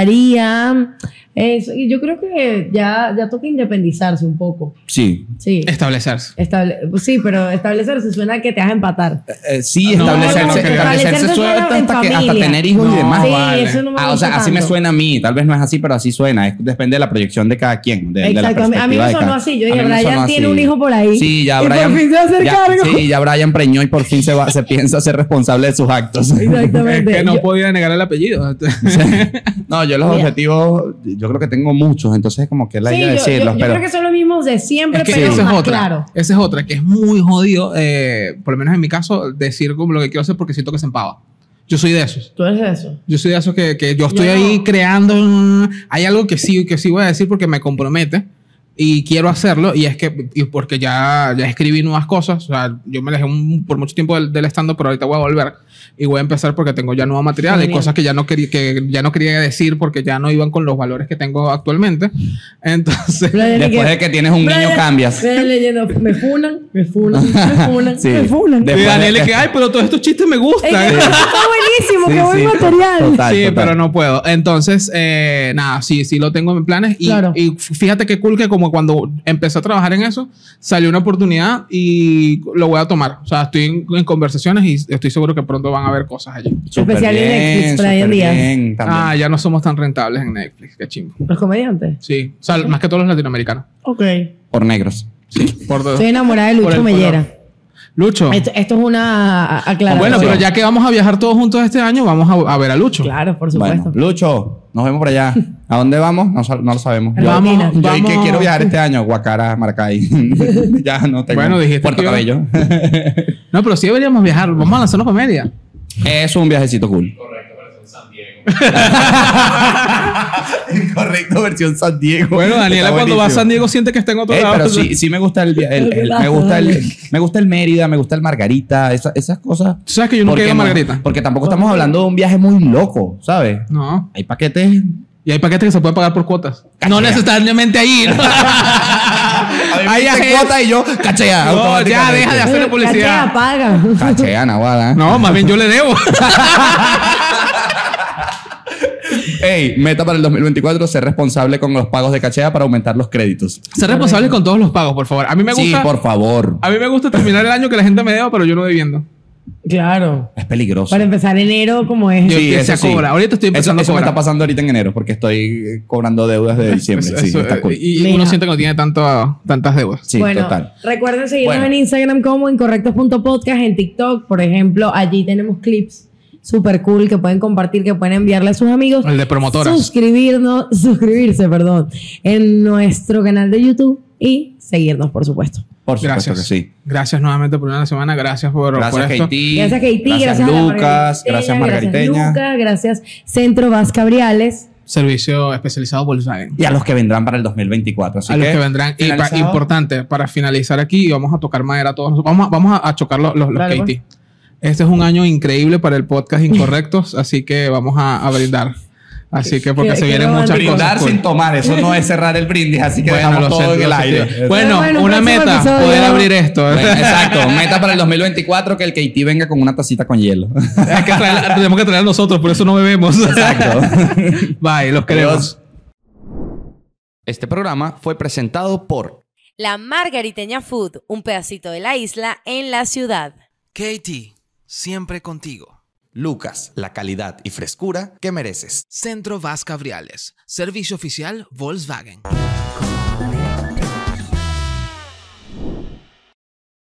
Speaker 4: gustaría. eso, y yo creo que ya, ya toca independizarse un poco.
Speaker 6: sí,
Speaker 4: Sí.
Speaker 5: Establecerse.
Speaker 4: Estable- pues sí, pero establecerse suena a que te vas a empatar.
Speaker 6: Eh, sí, establecerse,
Speaker 5: No, no, no, no,
Speaker 6: establecerse
Speaker 4: establecerse
Speaker 6: suena
Speaker 4: suena en
Speaker 6: hasta, que- hasta
Speaker 4: familia.
Speaker 6: tener hijos y
Speaker 5: No,
Speaker 6: demás.
Speaker 5: sí,
Speaker 4: eso no me
Speaker 6: Ah, o sea,
Speaker 4: gusta
Speaker 6: así me
Speaker 4: tanto.
Speaker 6: suena a mí. Tal vez no es así, pero así suena. Es- depende de la proyección de cada quien. de- de la
Speaker 4: Exacto, a mí- a mí
Speaker 6: perspectiva
Speaker 4: me
Speaker 6: de
Speaker 4: sonó
Speaker 6: cada-
Speaker 4: así.
Speaker 6: a
Speaker 4: Yo dije,
Speaker 6: mí me
Speaker 4: Brian
Speaker 6: sonó
Speaker 4: tiene
Speaker 6: así.
Speaker 4: un hijo por ahí.
Speaker 6: Sí, ya
Speaker 4: Y por
Speaker 6: Brian.
Speaker 4: fin se va a hacer
Speaker 6: ya-
Speaker 4: cargo.
Speaker 6: Sí, ya Brian preñó y por fin se va, se piensa ser responsable de sus actos.
Speaker 5: Es
Speaker 4: Exactamente.
Speaker 5: que no
Speaker 4: Yo-
Speaker 5: podía negar el apellido.
Speaker 6: No, yo los
Speaker 4: Mira.
Speaker 6: objetivos, yo creo que tengo muchos, entonces es como que la
Speaker 4: sí,
Speaker 6: idea
Speaker 4: yo,
Speaker 6: de decirlos,
Speaker 4: yo- yo
Speaker 6: pero
Speaker 4: creo que son los mismos de siempre,
Speaker 5: Es que
Speaker 4: pero
Speaker 5: esa es
Speaker 4: más
Speaker 5: otra.
Speaker 4: claro.
Speaker 5: Esa es otra, que es muy jodido, eh, por lo menos en mi caso, decir como lo que quiero hacer porque siento que se empava. Yo soy de esos.
Speaker 4: Tú eres de eso.
Speaker 5: Yo soy de esos que, que yo estoy
Speaker 4: Yo no.
Speaker 5: ahí creando. mm, Hay algo que sí, que sí voy a decir porque me compromete y quiero hacerlo. Y es que y porque ya, ya escribí nuevas cosas. O sea, yo me alejé un- por mucho tiempo del, del stand-up, pero ahorita voy a volver y voy a empezar porque tengo ya nuevo material. Hay
Speaker 4: Genial.
Speaker 5: cosas que ya, no quería, que ya no quería decir porque ya no iban con los valores que tengo actualmente. Entonces.
Speaker 4: Brian,
Speaker 6: después
Speaker 4: que-
Speaker 6: de que tienes un
Speaker 4: Brian,
Speaker 6: niño cambias.
Speaker 4: Brian leyendo, me funan, me funan, me funan,
Speaker 6: Sí.
Speaker 4: me funan.
Speaker 6: De-
Speaker 5: Y
Speaker 6: Después
Speaker 5: Daniel es
Speaker 6: que-
Speaker 5: que, ay, pero todos estos chistes me
Speaker 4: Ey,
Speaker 5: gustan.
Speaker 4: que- está buenísimo, qué buen material.
Speaker 6: Total,
Speaker 5: sí,
Speaker 6: total.
Speaker 5: pero no puedo. Entonces, eh, nada, sí, sí lo tengo en mis planes. Y,
Speaker 4: Claro.
Speaker 5: y fíjate qué cool que como cuando empecé a trabajar en eso, salió una oportunidad y lo voy a tomar. O sea, estoy en, en conversaciones y estoy seguro que pronto van a haber cosas allí.
Speaker 6: Súper
Speaker 4: Especial en
Speaker 6: bien,
Speaker 4: Netflix, Brian
Speaker 6: súper
Speaker 4: Díaz.
Speaker 6: bien, también.
Speaker 5: Ah, ya no somos tan rentables en Netflix, qué chingo.
Speaker 4: Los comediantes.
Speaker 5: Sí, o sea, más que todos los latinoamericanos.
Speaker 4: Ok.
Speaker 6: Por negros.
Speaker 5: Por dos.
Speaker 4: Estoy enamorada de
Speaker 5: Por
Speaker 4: Lucho
Speaker 5: el
Speaker 4: Mellera.
Speaker 5: Lucho.
Speaker 4: Esto, esto es una a- a- aclaración.
Speaker 5: bueno, pero ya que vamos a viajar todos juntos este año, vamos a, a ver a Lucho.
Speaker 4: Claro, por
Speaker 6: Bueno,
Speaker 4: supuesto.
Speaker 6: Lucho, nos vemos por allá. ¿A dónde vamos? No, sab- no lo sabemos. Yo,
Speaker 4: Vamos,
Speaker 6: yo dije que
Speaker 5: vamos.
Speaker 6: quiero viajar este año, Guacara, Maracay. ya no tengo.
Speaker 5: Bueno, dijiste
Speaker 6: Puerto
Speaker 5: que iba-
Speaker 6: Cabello.
Speaker 5: No, pero sí deberíamos viajar. Vamos a lanzarnos para Mérida.
Speaker 6: es un viajecito cool. Correcto, versión San Diego.
Speaker 5: Bueno, Daniela,
Speaker 6: Está
Speaker 5: cuando va a
Speaker 6: buenísimo.
Speaker 5: San Diego siente que está en otro
Speaker 6: Ey,
Speaker 5: lado. pues,
Speaker 6: pero sí, sí me gusta el, via- el- el- me gusta el me gusta el Mérida, me gusta el Margarita, esa- esas cosas.
Speaker 5: ¿Tú sabes que yo nunca
Speaker 6: Porque
Speaker 5: he ido a
Speaker 6: no-
Speaker 5: Margarita?
Speaker 6: porque tampoco estamos hablando de un viaje muy loco, ¿sabes?
Speaker 5: No.
Speaker 6: Hay paquetes.
Speaker 5: Y hay paquetes que se pueden pagar por cuotas. No
Speaker 6: Cachea.
Speaker 5: necesariamente ahí. ¿no? Hay agencias-
Speaker 6: cuota y yo cachea.
Speaker 5: No, ya deja de hacer la
Speaker 4: Cachea,
Speaker 5: publicidad.
Speaker 4: paga.
Speaker 6: Cachea, Nahuada.
Speaker 5: No, más bien yo le debo.
Speaker 6: Ey, meta para el 2024, ser responsable con los pagos de cachea para aumentar los créditos.
Speaker 5: Ser responsable con todos los pagos, por favor. A mí me
Speaker 6: sí,
Speaker 5: gusta.
Speaker 6: por favor.
Speaker 5: A mí me gusta terminar el año que la gente me deba, pero yo no debiendo.
Speaker 4: Claro.
Speaker 6: Es peligroso.
Speaker 4: Para empezar enero, como es.
Speaker 5: Yo- empecé
Speaker 6: eso
Speaker 5: a cobrar. Ahorita estoy
Speaker 6: eso,
Speaker 5: empezando a
Speaker 6: eso me
Speaker 5: cobrar.
Speaker 6: está pasando ahorita en enero porque estoy eh, cobrando deudas de diciembre.
Speaker 5: Pues, Eso-
Speaker 6: sí,
Speaker 5: eso,
Speaker 6: está cool.
Speaker 5: Y y
Speaker 4: Mira.
Speaker 5: uno siente que no tiene tanto, tantas deudas.
Speaker 6: Sí,
Speaker 4: bueno,
Speaker 6: total.
Speaker 4: recuerden seguirnos
Speaker 6: Bueno.
Speaker 4: en Instagram como incorrectos.podcast, en TikTok, por ejemplo, allí tenemos clips super cool que pueden compartir, que pueden enviarle a sus amigos.
Speaker 5: El de promotoras.
Speaker 4: Suscribirnos, suscribirse, perdón, en nuestro canal de YouTube y seguirnos, por supuesto.
Speaker 6: Por supuesto
Speaker 5: Gracias.
Speaker 6: que sí.
Speaker 5: Gracias nuevamente por una semana. Gracias por, por
Speaker 6: Gracias,
Speaker 5: esto.
Speaker 6: Katie.
Speaker 4: Gracias, Katie. Gracias, a la
Speaker 6: Lucas. Gracias, Margariteña.
Speaker 4: Gracias, Lucas. Gracias, Centro Vascabriales.
Speaker 5: Servicio especializado Volkswagen.
Speaker 6: Y a los que vendrán para el 2024. Así
Speaker 5: a los que vendrán. Y pa-
Speaker 6: finalizado.
Speaker 5: importante, para finalizar aquí, y vamos a tocar madera todos. nosotros. Vamos a, vamos a- a chocar los, los, los
Speaker 4: Dale,
Speaker 5: KT. Este es un año increíble para el podcast Incorrectos, así que vamos a, a brindar. Así que porque
Speaker 4: Qué-
Speaker 5: se
Speaker 4: qué
Speaker 5: vienen muchas
Speaker 4: romántico.
Speaker 5: cosas.
Speaker 6: Brindar
Speaker 5: cool.
Speaker 6: sin tomar, eso no es cerrar el brindis, así que
Speaker 5: pues. Bueno,
Speaker 6: dejamos
Speaker 5: lo
Speaker 6: todo
Speaker 5: sé,
Speaker 6: en el
Speaker 5: lo sé,
Speaker 6: aire.
Speaker 5: tío. Bueno,
Speaker 4: Bueno,
Speaker 5: una
Speaker 4: próximo
Speaker 5: meta,
Speaker 4: episodio.
Speaker 5: poder abrir esto.
Speaker 6: Bueno, exacto, meta para el 2024 que el Katie venga con una tacita con hielo.
Speaker 5: Hay que traerla- tenemos que traer nosotros, por eso no bebemos.
Speaker 6: Exacto.
Speaker 5: Bye, los queremos.
Speaker 1: Este programa fue presentado por
Speaker 2: La Margariteña Food, un pedacito de la isla en la ciudad.
Speaker 3: Katie, siempre contigo.
Speaker 1: Lucas, la calidad y frescura que mereces.
Speaker 3: Centro Vaz Cabriales. Servicio oficial Volkswagen.